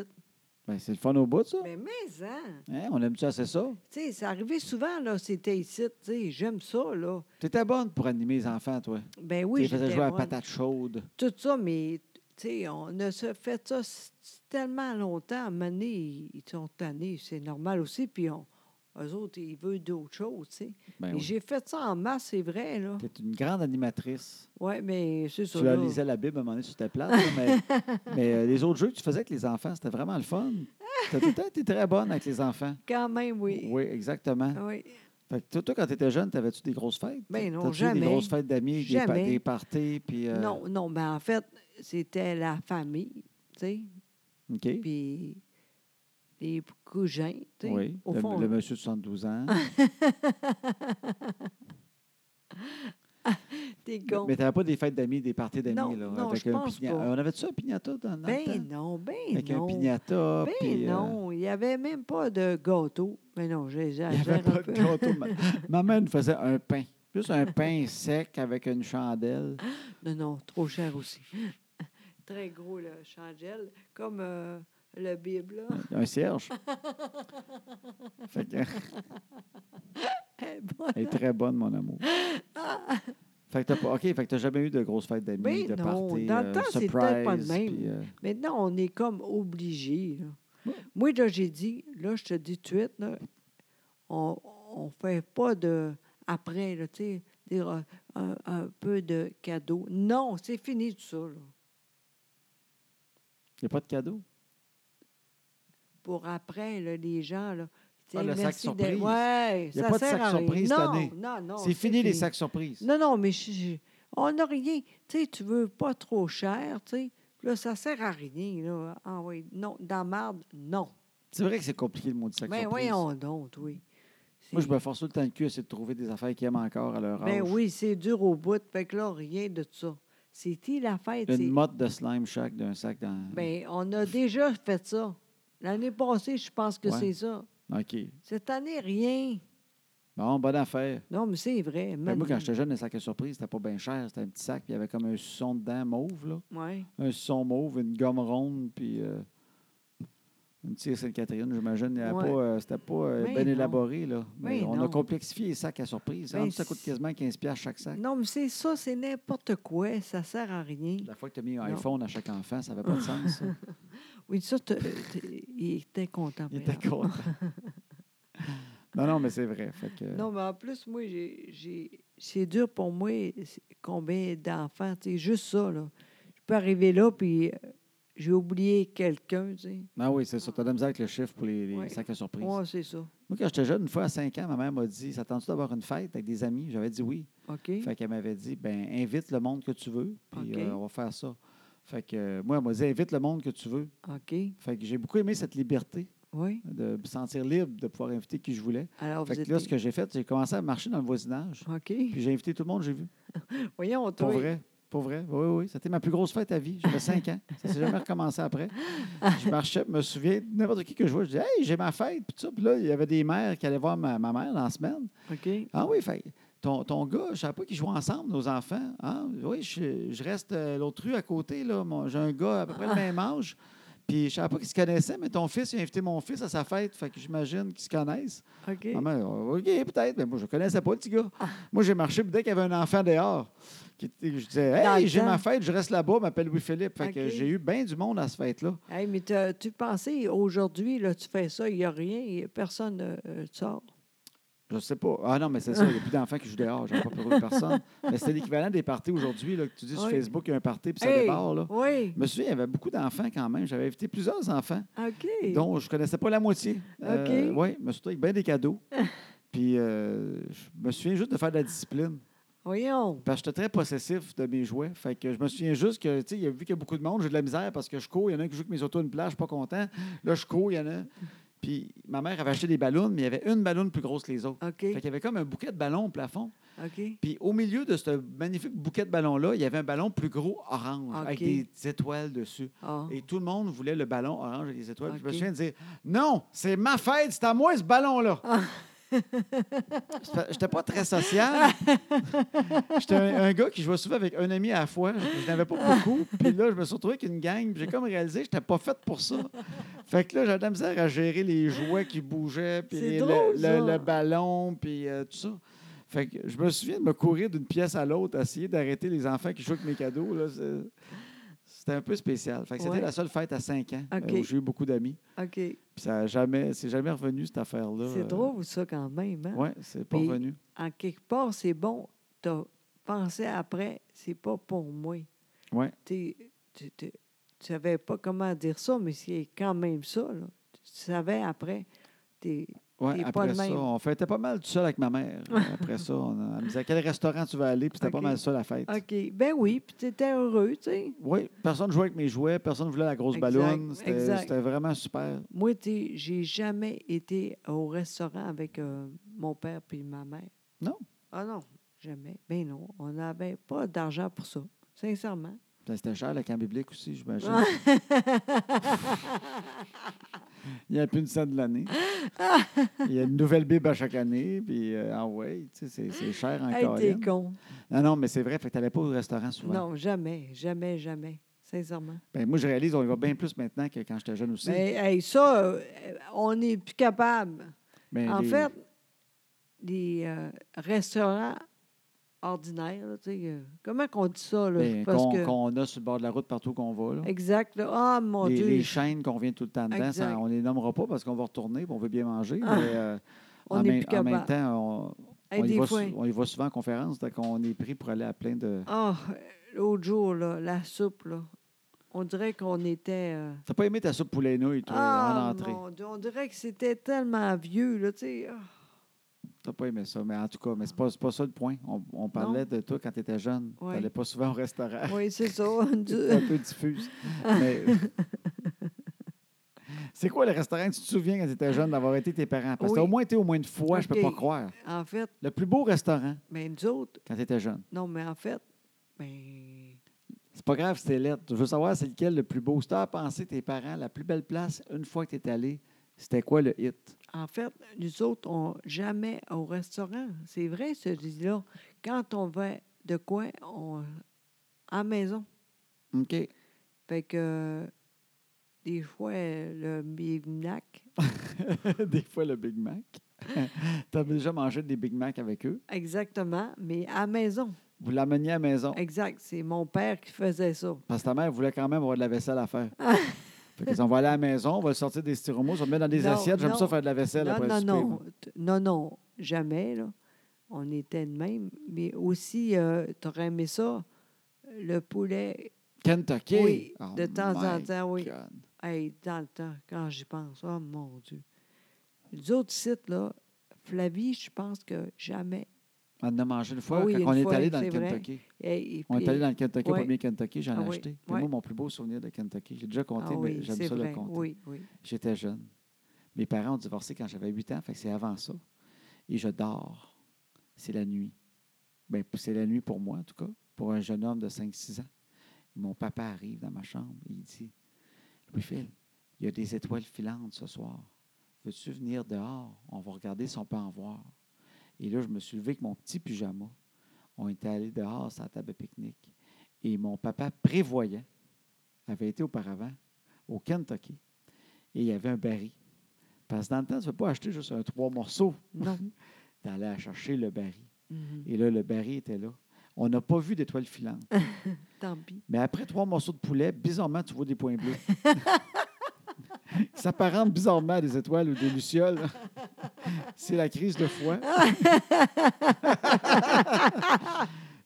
S2: Ben, c'est le fun au bout, ça.
S1: Mais mais, hein?
S2: Hein, On aime-tu assez ça?
S1: Tu sais, ça arrivait souvent, là, c'était ici, tu sais, j'aime ça, là.
S2: T'étais bonne pour animer les enfants, toi.
S1: Ben oui,
S2: tu les faisais
S1: j'étais
S2: jouer à la
S1: bonne.
S2: patate chaude.
S1: tout ça, mais tu sais, on a se- fait ça s- tellement longtemps. À un moment donné, ils ils sont tannés, c'est normal aussi. Puis on, eux autres, ils veulent d'autres choses, tu sais.
S2: Ben
S1: mais
S2: oui.
S1: j'ai fait ça en masse, c'est vrai, là.
S2: T'es une grande animatrice.
S1: Oui, mais c'est ça.
S2: Tu leur
S1: là.
S2: lisais la Bible à un moment donné sur ta place, là, mais, mais, euh, les autres jeux que tu faisais avec les enfants, c'était vraiment le fun. T'as tout le temps été très bonne avec les enfants.
S1: Quand même, oui.
S2: Oui, exactement.
S1: Oui.
S2: Fait que toi, toi, quand tu étais jeune, t'avais-tu des grosses fêtes?
S1: Ben non,
S2: T'as-tu eu
S1: jamais.
S2: Des grosses fêtes d'amis, des, pa-
S1: Jamais.
S2: des parties, puis... euh,
S1: Non, non, mais en fait, c'était la famille, tu sais,
S2: OK.
S1: puis les cousins, tu sais.
S2: Oui,
S1: Au
S2: le,
S1: fond,
S2: le monsieur de 72 ans.
S1: t'es con.
S2: mais t'avais pas des fêtes d'amis, des parties d'amis,
S1: Non,
S2: là,
S1: non,
S2: avec
S1: je
S2: un
S1: pense
S2: pigna-
S1: pas.
S2: On avait-tu un pignata dans, dans le
S1: Ben
S2: temps?
S1: non, ben
S2: Avec
S1: non.
S2: un pignata,
S1: Ben
S2: puis... euh,
S1: non, il n'y avait même pas de gâteau. Mais non,
S2: il n'y avait
S1: j'exagère
S2: pas
S1: un
S2: de
S1: peu.
S2: gâteau. Ma- Maman nous faisait un pain. Juste un pain sec avec une chandelle.
S1: Non, non, trop cher aussi. Très gros, le chandelle, comme euh, le Bible. Là.
S2: Un cierge. Fait que-
S1: Eh, bon,
S2: elle est très bonne, mon amour. Fait que t'as pas, OK, fait que t'as jamais eu de grosses fêtes d'amis,
S1: Ben
S2: de
S1: non,
S2: parties,
S1: dans le
S2: euh,
S1: temps, c'était pas de
S2: surprise,
S1: même.
S2: puis, euh,
S1: Maintenant, on est comme obligé. là.
S2: Ouais.
S1: Moi, là, j'ai dit, là, je te dis tout de suite, là, on ne fait pas de. Après, là, tu sais, dire euh, un, un peu de cadeaux. Non, c'est fini tout ça, là,
S2: Il n'y a pas de cadeau.
S1: Pour après, là, les gens, là. tu sais,
S2: Ah, le sac
S1: merci d'être-
S2: surprise.
S1: Ouais,
S2: Il y a
S1: ça
S2: pas de
S1: sert
S2: sac
S1: à rien.
S2: surprise cette
S1: non,
S2: année.
S1: Non, non,
S2: c'est fini, les sacs surprises.
S1: Non, non, mais je- je- on n'a rien. Tu sais, tu veux pas trop cher, tu sais. Là, ça sert à rien, là. Ah oui, non, dans la marde, non.
S2: C'est vrai que c'est compliqué le mot de sac
S1: Ben
S2: surprise.
S1: voyons donc, oui.
S2: Moi, je
S1: C'est-
S2: me force tout le temps le cul à essayer de trouver des affaires qu'ils aiment encore à leur âge.
S1: Ben oui, c'est dur au bout. Fait que là, rien de ça. C'était la fête. c'est-
S2: Une motte de slime chaque d'un sac dans.
S1: Ben, on a déjà fait ça. L'année passée, je pense que
S2: Ouais.
S1: c'est ça.
S2: OK.
S1: Cette année, rien.
S2: Bon, bonne affaire.
S1: Non, mais c'est vrai.
S2: Ben, moi, quand j'étais jeune, les sacs à surprise, c'était pas bien cher. C'était un petit sac, puis il y avait comme un son dedans mauve, là.
S1: Ouais.
S2: Un son mauve, une gomme ronde, puis euh, une petite Sainte-Catherine, j'imagine. Il y avait
S1: Ouais.
S2: pas, euh, c'était pas euh,
S1: Ben
S2: bien
S1: non.
S2: élaboré, là. Mais
S1: Ben
S2: on a
S1: non.
S2: complexifié les sacs à surprise.
S1: Ben Mm.
S2: Rendu, ça
S1: si-
S2: coûte quasiment 15$ piastres chaque sac.
S1: Non, mais c'est ça, c'est n'importe quoi. Ça sert à rien.
S2: La fois que tu as mis un
S1: Non.
S2: iPhone à chaque enfant, ça n'avait pas de sens. ça.
S1: Oui, ça, t'as- euh, t'es- il était content.
S2: Il
S1: par
S2: était
S1: exemple.
S2: content. non, non, mais c'est vrai. Fait que,
S1: Non, mais en plus, moi, j'ai, j'ai- c'est dur pour moi, c'est- combien d'enfants, tu sais, juste ça, là. Je peux arriver là, puis euh, j'ai oublié quelqu'un, tu sais.
S2: Ah oui, c'est ça. T'as de la misère avec le chiffre pour les, les
S1: Ouais.
S2: sacs à surprise.
S1: Ouais, c'est ça.
S2: Moi, quand j'étais jeune, une fois à 5 ans, ma mère m'a dit Ça tente-tu d'avoir une fête avec des amis J'avais dit oui.
S1: OK?
S2: Fait qu'elle m'avait dit ben invite le monde que tu veux, puis
S1: OK.
S2: euh, on va faire ça. Fait que euh, moi, elle m'a dit invite le monde que tu veux.
S1: OK.
S2: Fait que j'ai beaucoup aimé cette liberté
S1: Oui.
S2: de me sentir libre de pouvoir inviter qui je voulais.
S1: Alors,
S2: Fait
S1: vous êtes...
S2: que là, ce que j'ai fait, j'ai commencé à marcher dans le voisinage.
S1: OK.
S2: Puis j'ai invité tout le monde que j'ai vu.
S1: Voyons,
S2: Pour
S1: toi.
S2: vrai. Pour vrai. Oui, oui, oui. C'était ma plus grosse fête à vie. J'avais 5 ans. Ça s'est jamais recommencé après. Je marchais, je me souviens, n'importe qui que je vois, je dis Hey, j'ai ma fête. Puis, tout ça. Puis là, il y avait des mères qui allaient voir ma, ma mère dans la semaine.
S1: OK.
S2: Ah oui, fait, ton, ton gars, je ne savais pas qu'ils jouaient ensemble, nos enfants. Ah, oui, je, je reste euh, l'autre rue à côté. là. Mon- J'ai un gars à peu près le même âge. Puis je savais pas qu'ils se connaissaient, mais ton fils il a invité mon fils à sa fête. Fait que j'imagine qu'ils se connaissent.
S1: OK.
S2: Maman, Ah, euh, OK, peut-être, mais moi, je ne connaissais pas le petit gars.
S1: Ah.
S2: Moi, j'ai marché, puis dès qu'il y avait un enfant dehors, qui était- je disais
S1: Dans
S2: Hey,
S1: le
S2: j'ai
S1: temps.
S2: ma fête, je reste là-bas, m'appelle Louis-Philippe. Fait que
S1: OK.
S2: j'ai eu bien du monde à cette fête-là.
S1: Hey, mais t'as- tu pensais, aujourd'hui, là, tu fais ça, il n'y a rien, y a personne euh, euh, sort.
S2: Je sais pas. Ah non, mais c'est ça, il n'y a plus d'enfants qui jouent dehors, j'en ai pas trouvé personne. Mais c'est l'équivalent des parties aujourd'hui, là, que tu dis sur
S1: Oui.
S2: Facebook, il y a un party, puis ça
S1: Hey!
S2: débarre. Là.
S1: Oui.
S2: Je me souviens, il y avait beaucoup d'enfants quand même. J'avais invité plusieurs enfants,
S1: OK.
S2: dont je ne connaissais pas la moitié.
S1: OK.
S2: oui, je me souviens, avec bien des cadeaux. Puis euh, je me souviens juste de faire de la discipline.
S1: Voyons.
S2: Parce que j'étais très possessif de mes jouets. Fait que je me souviens juste que, tu sais, il y a vu qu'il y a beaucoup de monde, j'ai de la misère parce que je cours, il y en a un qui joue avec mes autos à une plage, je suis pas content. Là, je cours, il y en a. Puis ma mère avait acheté des ballons, mais il y avait une ballon plus grosse que les autres.
S1: OK.
S2: Fait qu'il y avait comme un bouquet de ballons au plafond.
S1: OK.
S2: Puis au milieu de ce magnifique bouquet de ballons-là, il y avait un ballon plus gros orange avec
S1: OK.
S2: des étoiles dessus.
S1: Ah.
S2: Et tout le monde voulait le ballon orange avec les étoiles. Puis
S1: OK.
S2: je me souviens de dire Non, c'est ma fête, c'est à moi ce ballon-là.
S1: Ah.
S2: C'est pas- J'étais pas très social. J'étais un, un gars qui jouait souvent avec un ami à la fois. Je, je n'avais pas beaucoup. Puis là, je me suis retrouvé avec une gang. puis J'ai comme réalisé que j'étais pas faite pour ça. Fait que là, j'avais de la misère à gérer les jouets qui bougeaient, puis
S1: C'est
S2: les-
S1: drôle,
S2: le,
S1: ça.
S2: le- le ballon, puis euh, tout ça. Fait que je me souviens de me courir d'une pièce à l'autre, à essayer d'arrêter les enfants qui jouent avec mes cadeaux. là. C'est- C'était un peu spécial. Fait que
S1: Ouais.
S2: C'était la seule fête à 5 ans
S1: OK.
S2: euh, où j'ai eu beaucoup d'amis.
S1: OK.
S2: Puis ça a jamais, c'est jamais revenu cette affaire-là.
S1: C'est drôle, ça, quand même. hein?
S2: Oui, c'est pas
S1: Mais-
S2: revenu.
S1: En quelque part, c'est bon. T'as pensé après, c'est pas pour moi.
S2: Ouais.
S1: T'es- Tu tu- tu savais pas comment dire ça, mais c'est quand même ça. là. Tu savais après. T'es-
S2: Ouais,
S1: T'es pas
S2: après
S1: le
S2: ça,
S1: même.
S2: on fêtait pas mal tout seul avec ma mère. après ça, on a- elle me disait quel restaurant tu vas aller, puis c'était pas
S1: OK.
S2: mal ça la fête.
S1: OK. Ben oui, puis tu étais heureux, tu sais.
S2: Oui, personne jouait avec mes jouets, personne voulait la grosse
S1: Exact,
S2: ballonne. C'était
S1: exact.
S2: c'était vraiment super.
S1: Moi, tu sais, j'ai jamais été au restaurant avec euh, mon père puis ma mère.
S2: Non.
S1: Ah non, jamais. Ben non, on n'avait pas d'argent pour ça, sincèrement.
S2: Ben, C'était cher, le camp biblique aussi, j'imagine. Il n'y a plus une scène de l'année. Il y a une nouvelle Bible à chaque année. Puis, euh, ah ouais, tu sais, c'est- c'est cher
S1: Hey,
S2: encore.
S1: t'es con.
S2: non, non, mais c'est vrai, fait que tu n'allais pas au restaurant souvent.
S1: Non, jamais, jamais, jamais, sincèrement.
S2: Ben, moi, je réalise, on y va bien plus maintenant que quand j'étais jeune aussi.
S1: Mais hey, ça, euh, on n'est plus capable.
S2: Mais
S1: en
S2: Ben, les-
S1: fait, les euh, restaurants ordinaires, là, tu sais, euh, comment qu'on dit ça? Là,
S2: ben,
S1: Parce
S2: qu'on
S1: que-
S2: qu'on a sur le bord de la route partout qu'on va. là.
S1: Exact. là. Ah, mon
S2: les,
S1: Dieu.
S2: les
S1: je-
S2: chaînes qu'on vient tout le temps dedans, ça,
S1: Exact.
S2: on ne les nommera pas parce qu'on va retourner et on veut bien manger.
S1: Ah,
S2: mais, euh,
S1: on
S2: en,
S1: n'est
S2: même-
S1: plus
S2: en même
S1: capable.
S2: temps, on,
S1: Hey,
S2: on y
S1: des
S2: va,
S1: fois-
S2: sou- on y va souvent en conférence, donc on est pris pour aller à plein de.
S1: Ah, l'autre jour, là, la soupe, là, on dirait qu'on était. euh,
S2: T'as pas aimé ta soupe poulet nouilles, toi, en
S1: Ah,
S2: entrée.
S1: mon Dieu, on dirait que c'était tellement vieux, là, tu sais. ah.
S2: T'as pas aimé ça, mais en tout cas, mais c'est pas, c'est pas ça le point. On, on parlait de toi quand tu étais jeune.
S1: Ouais.
S2: T'allais pas souvent au restaurant.
S1: Ah, Oui, c'est ça.
S2: C'était un peu diffuse. mais- c'est quoi le restaurant que tu te souviens quand tu étais jeune d'avoir été tes parents? Parce que t'as
S1: Oui.
S2: au moins été au moins une fois, je peux
S1: OK.
S2: pas croire.
S1: en fait,
S2: Le plus beau restaurant
S1: mais nous autres,
S2: quand tu étais jeune.
S1: non, mais en fait, ben,
S2: C'est pas grave, c'était lettre. Je veux savoir c'est lequel le plus beau. Si t'as pensé tes parents, la plus belle place, une fois que tu es allé, c'était quoi le hit?
S1: en fait, nous autres, on jamais au restaurant. C'est vrai, ce dit-là. Quand on va de quoi, on. à maison.
S2: OK.
S1: Fait que. euh, Des fois, le bivnac.
S2: des fois le Big Mac. T'as déjà mangé des Big Mac avec eux.
S1: Exactement, mais à maison.
S2: Vous l'ameniez à la maison.
S1: Exact. C'est mon père qui faisait ça.
S2: Parce que ta mère voulait quand même avoir de la vaisselle à faire.
S1: Ah.
S2: fait que, on va aller à la maison, on va le sortir des styromos, on va le mettre dans des
S1: Non,
S2: assiettes. J'aime
S1: non.
S2: ça faire de la vaisselle
S1: non,
S2: après
S1: non,
S2: le souper.
S1: non,
S2: moi.
S1: T- non, non, jamais. Là. On était de même. Mais aussi, tu aurais aimé ça, le poulet,
S2: Kentucky.
S1: Oui,
S2: Oh
S1: de temps en
S2: my
S1: temps, oui.
S2: God.
S1: Hey, dans le temps, quand j'y pense. Oh mon Dieu. Les autres sites, là, Flavie, je pense que jamais.
S2: On en a mangé une fois
S1: Ah oui,
S2: quand on
S1: une
S2: est
S1: fois,
S2: allé dans le
S1: c'est vrai.
S2: Kentucky.
S1: Hey, et
S2: On est
S1: puis-
S2: allé dans le Kentucky,
S1: Ouais.
S2: au premier Kentucky, j'en ai
S1: Ah oui,
S2: acheté. Puis
S1: ouais.
S2: Moi, mon plus beau souvenir de Kentucky, j'ai déjà
S1: Ah
S2: compté,
S1: oui,
S2: mais j'aime
S1: c'est
S2: ça
S1: vrai.
S2: le compter.
S1: Oui, oui.
S2: J'étais jeune. Mes parents ont divorcé quand j'avais 8 ans, fait que c'est avant ça. Et je dors. C'est la nuit. Ben, p- c'est la nuit pour moi, en tout cas, pour un jeune homme de 5-6 ans. Mon papa arrive dans ma chambre et il dit Louis-Phil, il y a des étoiles filantes ce soir. Veux-tu venir dehors On va regarder si on peut en voir. Et là, je me suis levé avec mon petit pyjama. On était allés dehors sur la table de pique-nique. Et mon papa prévoyant avait été auparavant au Kentucky et il y avait un baril. Parce que dans le temps, tu ne peux pas acheter juste un trois morceaux.
S1: Non.
S2: Tu allais chercher le baril.
S1: Mhm.
S2: Et là, le baril était là. On n'a pas vu d'étoiles filantes.
S1: Tant pis.
S2: Mais après trois morceaux de poulet, bizarrement, tu vois des points bleus. Ça s'apparentent bizarrement à des étoiles ou des lucioles. C'est la crise de foie.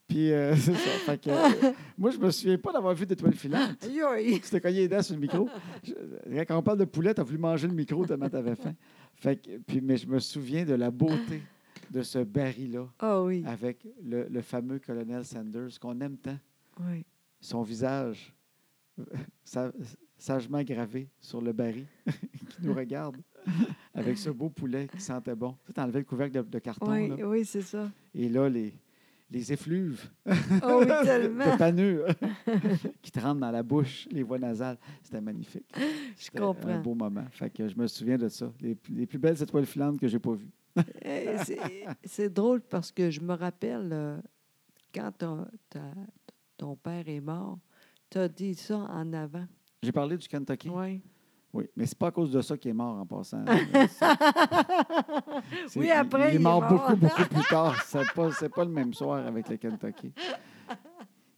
S2: Puis, euh, c'est ça. Fait que, euh, moi, je me souviens pas d'avoir vu d'étoiles filantes.
S1: Aïe, aïe.
S2: Tu t'es cogné les dents sur le micro. Je- euh, quand on parle de poulet, tu as voulu manger le micro tellement tu avais faim. Fait que- puis, mais je me souviens de la beauté de ce baril-là
S1: Ah oui.
S2: avec le, le fameux colonel Sanders qu'on aime tant.
S1: oui.
S2: Son visage euh, sa- sagement gravé sur le baril qui nous regarde. avec ce beau poulet qui sentait bon. Tu sais, t'enlevais le couvercle de, de carton,
S3: Oui,
S2: là.
S3: oui, c'est ça.
S2: Et là, les, les effluves
S1: Ah
S3: Oh oui,
S2: de
S3: tellement.
S2: panure qui te rentrent dans la bouche, les voies nasales. C'était magnifique.
S3: Je
S2: C'était un
S3: comprends.
S2: beau moment. Fait que je me souviens de ça. Les, les plus belles étoiles filantes que j'ai pas vues.
S1: Eh, c'est- C'est drôle parce que je me rappelle, euh, quand ton, ta- ton père est mort, tu as dit ça en avant.
S2: J'ai parlé du Kentucky.
S1: Oui.
S2: Oui, mais c'est pas à cause de ça qu'il est mort en passant. Euh, c'est- c'est-
S3: Oui,
S2: il-
S3: après,
S2: Il est
S3: il est
S2: mort
S3: mort.
S2: beaucoup, beaucoup plus tard. C'est pas, c'est pas le même soir avec le Kentucky.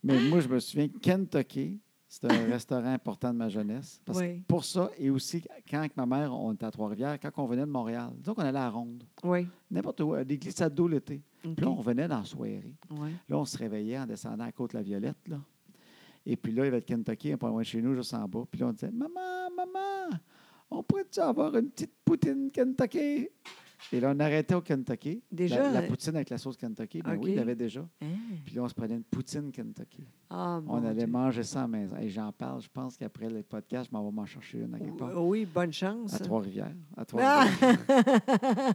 S2: Mais moi, je me souviens, Kentucky, c'était un restaurant important de ma jeunesse. Parce que
S1: Oui.
S2: pour ça, et aussi quand avec ma mère, on était à Trois-Rivières, quand on venait de Montréal, donc on allait à Ronde,
S1: Oui.
S2: n'importe où, à des glissades d'eau l'été.
S1: OK.
S2: Puis là, on venait dans la soirée.
S1: Oui.
S2: Là, on se réveillait en descendant à Côte-la-Violette, là. Et puis là, il y avait le Kentucky, un pas loin de chez nous, juste en bas. Puis là, on disait Maman, maman, on pourrait-tu avoir une petite poutine Kentucky Et là, on arrêtait au Kentucky.
S1: Déjà,
S2: La, la
S1: euh,
S2: poutine avec la sauce Kentucky, ben
S1: OK.
S2: oui, il l'avait déjà.
S1: Hein?
S2: Puis là, on se prenait une poutine Kentucky.
S1: Ah,
S2: on
S1: mon
S2: allait
S1: Dieu.
S2: manger ça à la maison. Et j'en parle, je pense qu'après le podcast, je m'en vais m'en chercher une à quelque part.
S1: Oui, bonne chance.
S2: À Trois-Rivières. À
S1: Ah!
S2: Trois-Rivières.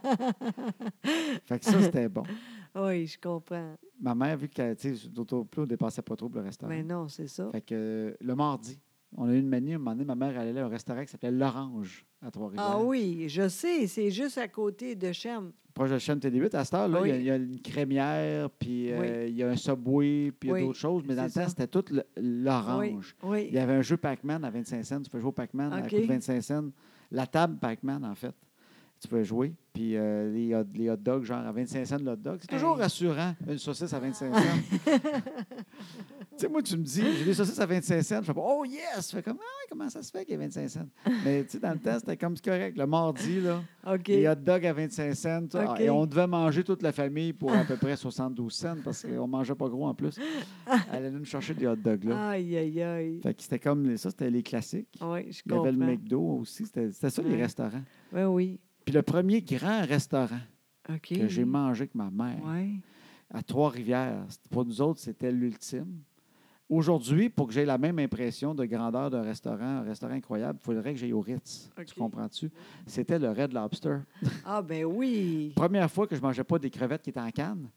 S2: fait que ça, c'était bon.
S1: oui, je comprends.
S2: Ma mère, vu qu'elle, tu sais, d'autant plus, on ne dépassait pas trop le restaurant.
S1: Mais Ben non, c'est ça.
S2: Fait que euh, le mardi, on a eu une manie, un moment donné, ma mère allait à un restaurant qui s'appelait L'Orange à Trois-Rivières.
S1: Ah oui, je sais, c'est juste à côté de Cham.
S2: Proche de chaîne télé À cette heure-là,
S1: Oui.
S2: il y a- il y, a une crémière, puis euh, il y a un Subway, puis il y a
S1: Oui,
S2: d'autres choses. Mais dans le
S1: c'est
S2: temps,
S1: ça.
S2: c'était tout le-
S1: Oui,
S2: l'Orange.
S1: oui.
S2: Il y avait un jeu Pac-Man à 25 cents. Tu peux jouer au Pac-Man à
S1: OK.
S2: coût de 25 cents. La table Pac-Man, en fait. Tu peux jouer. Puis euh, les, hot, les hot dogs, genre à 25 cents, le hot dog. C'est toujours
S1: Hey.
S2: rassurant, une saucisse à 25 cents. tu sais, moi, tu me dis, j'ai des saucisses à 25 cents. Je fais pas, oh yes! Je fais comme, ah, ouais, comment ça se fait qu'il y a 25 cents? Mais tu sais, dans le temps, c'était comme c'est correct. Le mardi, là,
S1: OK.
S2: les hot dogs à 25 cents. tu vois.
S1: OK.
S2: Et on devait manger toute la famille pour à peu près 72 cents parce qu'on mangeait pas gros en plus. Elle allait nous chercher des hot dogs, là.
S1: Aïe, aïe, aïe.
S2: Fait que c'était comme les- ça, c'était les classiques.
S1: Oui, je
S2: Il y avait le
S1: comprends.
S2: McDo aussi. C'était c'était ça, les
S1: Ouais.
S2: restaurants.
S1: Oui, oui.
S2: Puis le premier grand restaurant
S1: OK.
S2: que j'ai mangé avec ma mère
S1: Oui.
S2: à Trois-Rivières, c'était- pour nous autres, c'était l'ultime. Aujourd'hui, pour que j'aie la même impression de grandeur d'un restaurant, un restaurant incroyable, il faudrait que j'aille au Ritz.
S1: OK.
S2: Tu comprends-tu? C'était le Red Lobster.
S1: Ah, ben oui.
S2: Première fois que je mangeais pas des crevettes qui étaient en canne.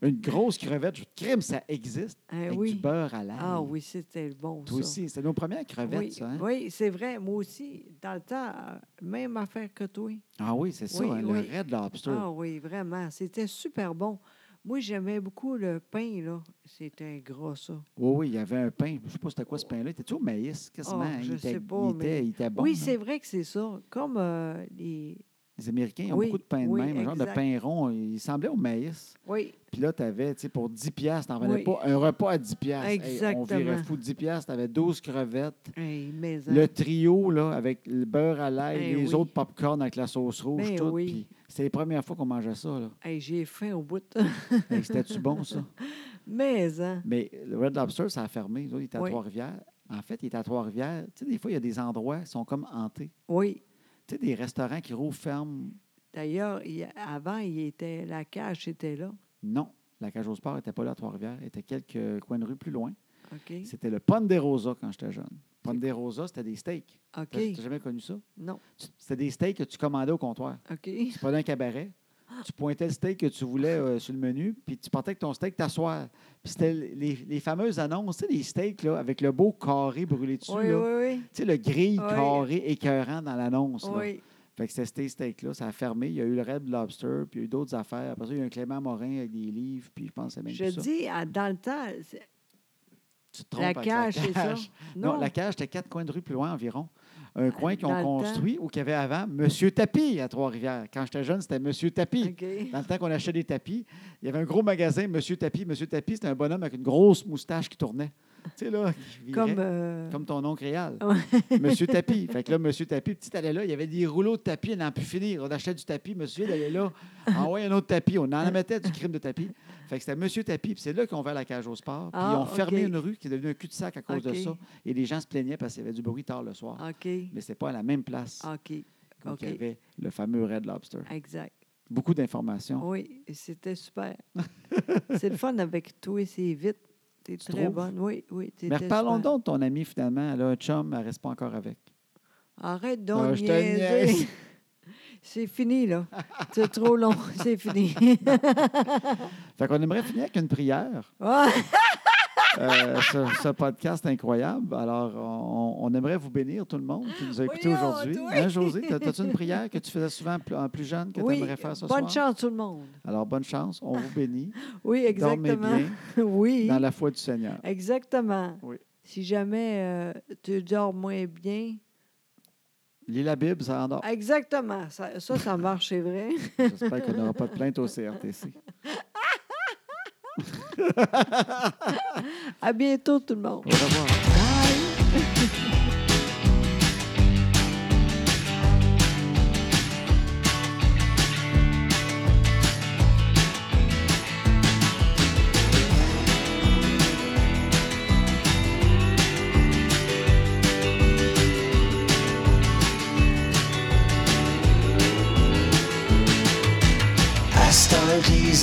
S2: Une grosse crevette, je crime, ça existe.
S1: Hein,
S2: avec du
S1: oui.
S2: beurre à l'ail.
S1: Ah oui, c'était bon,
S2: Toi
S1: ça.
S2: aussi, c'était nos premières crevettes,
S1: oui,
S2: ça. hein?
S1: oui, c'est vrai. Moi aussi, dans le temps, euh, même affaire que toi.
S2: Ah oui, c'est ça,
S1: Oui,
S2: hein,
S1: oui.
S2: le Red Lobster.
S1: Ah oui, vraiment. C'était super bon. Moi, j'aimais beaucoup le pain, là. C'était gros, ça.
S2: Oui, oui, il y avait un pain. Je ne sais pas c'était quoi ce pain-là. Était-tu au maïs? Quasiment.
S1: Ah,
S2: il
S1: je
S2: était,
S1: sais pas,
S2: il était,
S1: mais-
S2: il était bon.
S1: oui,
S2: hein.
S1: c'est vrai que c'est ça. Comme euh, les...
S2: Les Américains ils ont
S1: Oui,
S2: beaucoup de pain de
S1: oui,
S2: même, un genre de
S1: exact.
S2: pain rond. Il semblait au maïs.
S1: Oui,
S2: Puis là, tu avais, tu sais, pour 10 piastres, t'en valais
S1: Oui.
S2: pas un repas à 10 piastres. Hey, on virait
S1: Exactement.
S2: fou 10 piastres, t'avais 12 crevettes.
S1: hey, mais... hein,
S2: Le trio, là, avec le beurre à l'ail,
S1: Ben
S2: les
S1: oui.
S2: autres popcorn avec la sauce rouge,
S1: Ben
S2: tout.
S1: oui.
S2: Puis c'était les premières fois qu'on mangeait ça, là.
S1: Hey, j'ai faim au bout.
S2: Hey, C'était-tu bon, ça?
S1: mais, hein.
S2: Mais le Red Lobster, ça a fermé. Nous autres, il était à
S1: Oui.
S2: Trois-Rivières. En fait, il était à Trois-Rivières. Tu sais, des fois, il y a des endroits qui sont comme hantés.
S1: Oui.
S2: Tu sais, des restaurants qui rouvrent, ferment.
S1: D'ailleurs, il y a- avant, il était... la cage était là.
S2: Non, la cage au sport n'était pas là à Trois-Rivières. Elle était quelques coins de rue plus loin.
S1: OK.
S2: C'était le Ponderosa quand j'étais jeune. Ponderosa, c'était des steaks.
S1: OK.
S2: T'as t'as jamais connu ça?
S1: Non.
S2: Tu- C'était des steaks que tu commandais au comptoir.
S1: OK.
S2: Tu prenais un cabaret, tu pointais le steak que tu voulais euh, sur le menu, puis tu partais avec ton steak t'asseoir. Puis c'était les, les fameuses annonces, tu sais, les steaks là, avec le beau carré brûlé dessus.
S1: Oui,
S2: là.
S1: oui,
S2: Tu sais, le grille
S1: Oui.
S2: carré écœurant dans l'annonce.
S1: oui.
S2: là.
S1: Oui.
S2: Fait que c'était ces steaks-là. Ça a fermé. Il y a eu le Red Lobster, puis il y a eu d'autres affaires. Après ça, il y a eu un Clément Morin avec des livres, puis je pense que c'est même
S1: Je
S2: plus ça.
S1: dis, à- dans le temps, c'est-
S2: Tu te
S1: la
S2: trompes avec
S1: cage, c'est ça.
S2: cage. Non.
S1: Non,
S2: la cage, c'était quatre coins de rue plus loin environ. Un coin qu'ils
S1: dans
S2: ont
S1: le temps.
S2: construit ou qu'il y avait avant Monsieur Tapis à Trois-Rivières. Quand j'étais jeune, c'était Monsieur Tapis.
S1: OK.
S2: Dans le temps qu'on achetait des tapis, il y avait un gros magasin, Monsieur Tapis. Monsieur Tapis, c'était un bonhomme avec une grosse moustache qui tournait. Tu sais, là, qui virait.
S1: Comme, euh,
S2: Comme ton oncle réel. Monsieur Tapis. Fait que là, Monsieur Tapis, petit allait là, il y avait des rouleaux de tapis, on n'en pu finir. On achetait du tapis, monsieur, il allait là, envoyait un autre tapis. On en mettait du crime de tapis. Fait que c'était Monsieur Tapis. Puis c'est là qu'on va à la cage au sport. Puis
S1: Ah,
S2: ils ont fermé
S1: OK.
S2: une rue qui est devenue un cul-de-sac à cause
S1: OK.
S2: de ça. Et les gens se plaignaient parce qu'il y avait du bruit tard le soir.
S1: OK.
S2: Mais c'est pas à la même place
S1: OK.
S2: où il y
S1: Ah, OK.
S2: avait le fameux Red Lobster.
S1: Exact.
S2: Beaucoup d'informations.
S1: Ah Oui, c'était super. c'est le fun avec toi, c'est vite. T'es
S2: Tu
S1: très
S2: trouves?
S1: bonne. Oui, oui.
S2: Mais
S1: t'étais
S2: reparlons
S1: super.
S2: donc de ton ami, finalement. Elle a un chum, elle reste pas encore avec.
S1: Arrête donc
S2: Ah,
S1: de
S2: je te
S1: niaiser.
S2: niaise.
S1: C'est fini, là. C'est trop long. C'est fini.
S2: Fait qu'on aimerait finir avec une prière,
S1: Ah!
S2: euh, ce, ce podcast incroyable. Alors, on, on aimerait vous bénir, tout le monde qui nous a écoutés
S1: Voyons,
S2: aujourd'hui.
S1: oh, toi.
S2: Hein, José, t'as- t'as-tu une prière que tu faisais souvent plus- en plus jeune que
S1: oui,
S2: tu aimerais faire ce
S1: bonne
S2: soir?
S1: chance, tout le monde.
S2: Alors, bonne chance. On vous bénit.
S1: Oui, exactement.
S2: Dormez
S1: Oui,
S2: bien dans la foi du Seigneur.
S1: exactement.
S2: Oui.
S1: Si jamais euh, tu dors moins bien,
S2: Lis la Bible, ça endort.
S1: exactement. Ça, ça, ça marche, c'est vrai.
S2: J'espère qu'on n'aura pas de plainte au CRTC.
S1: À bientôt, tout le monde.
S2: Au revoir.
S1: Bye.
S3: À ce temps que les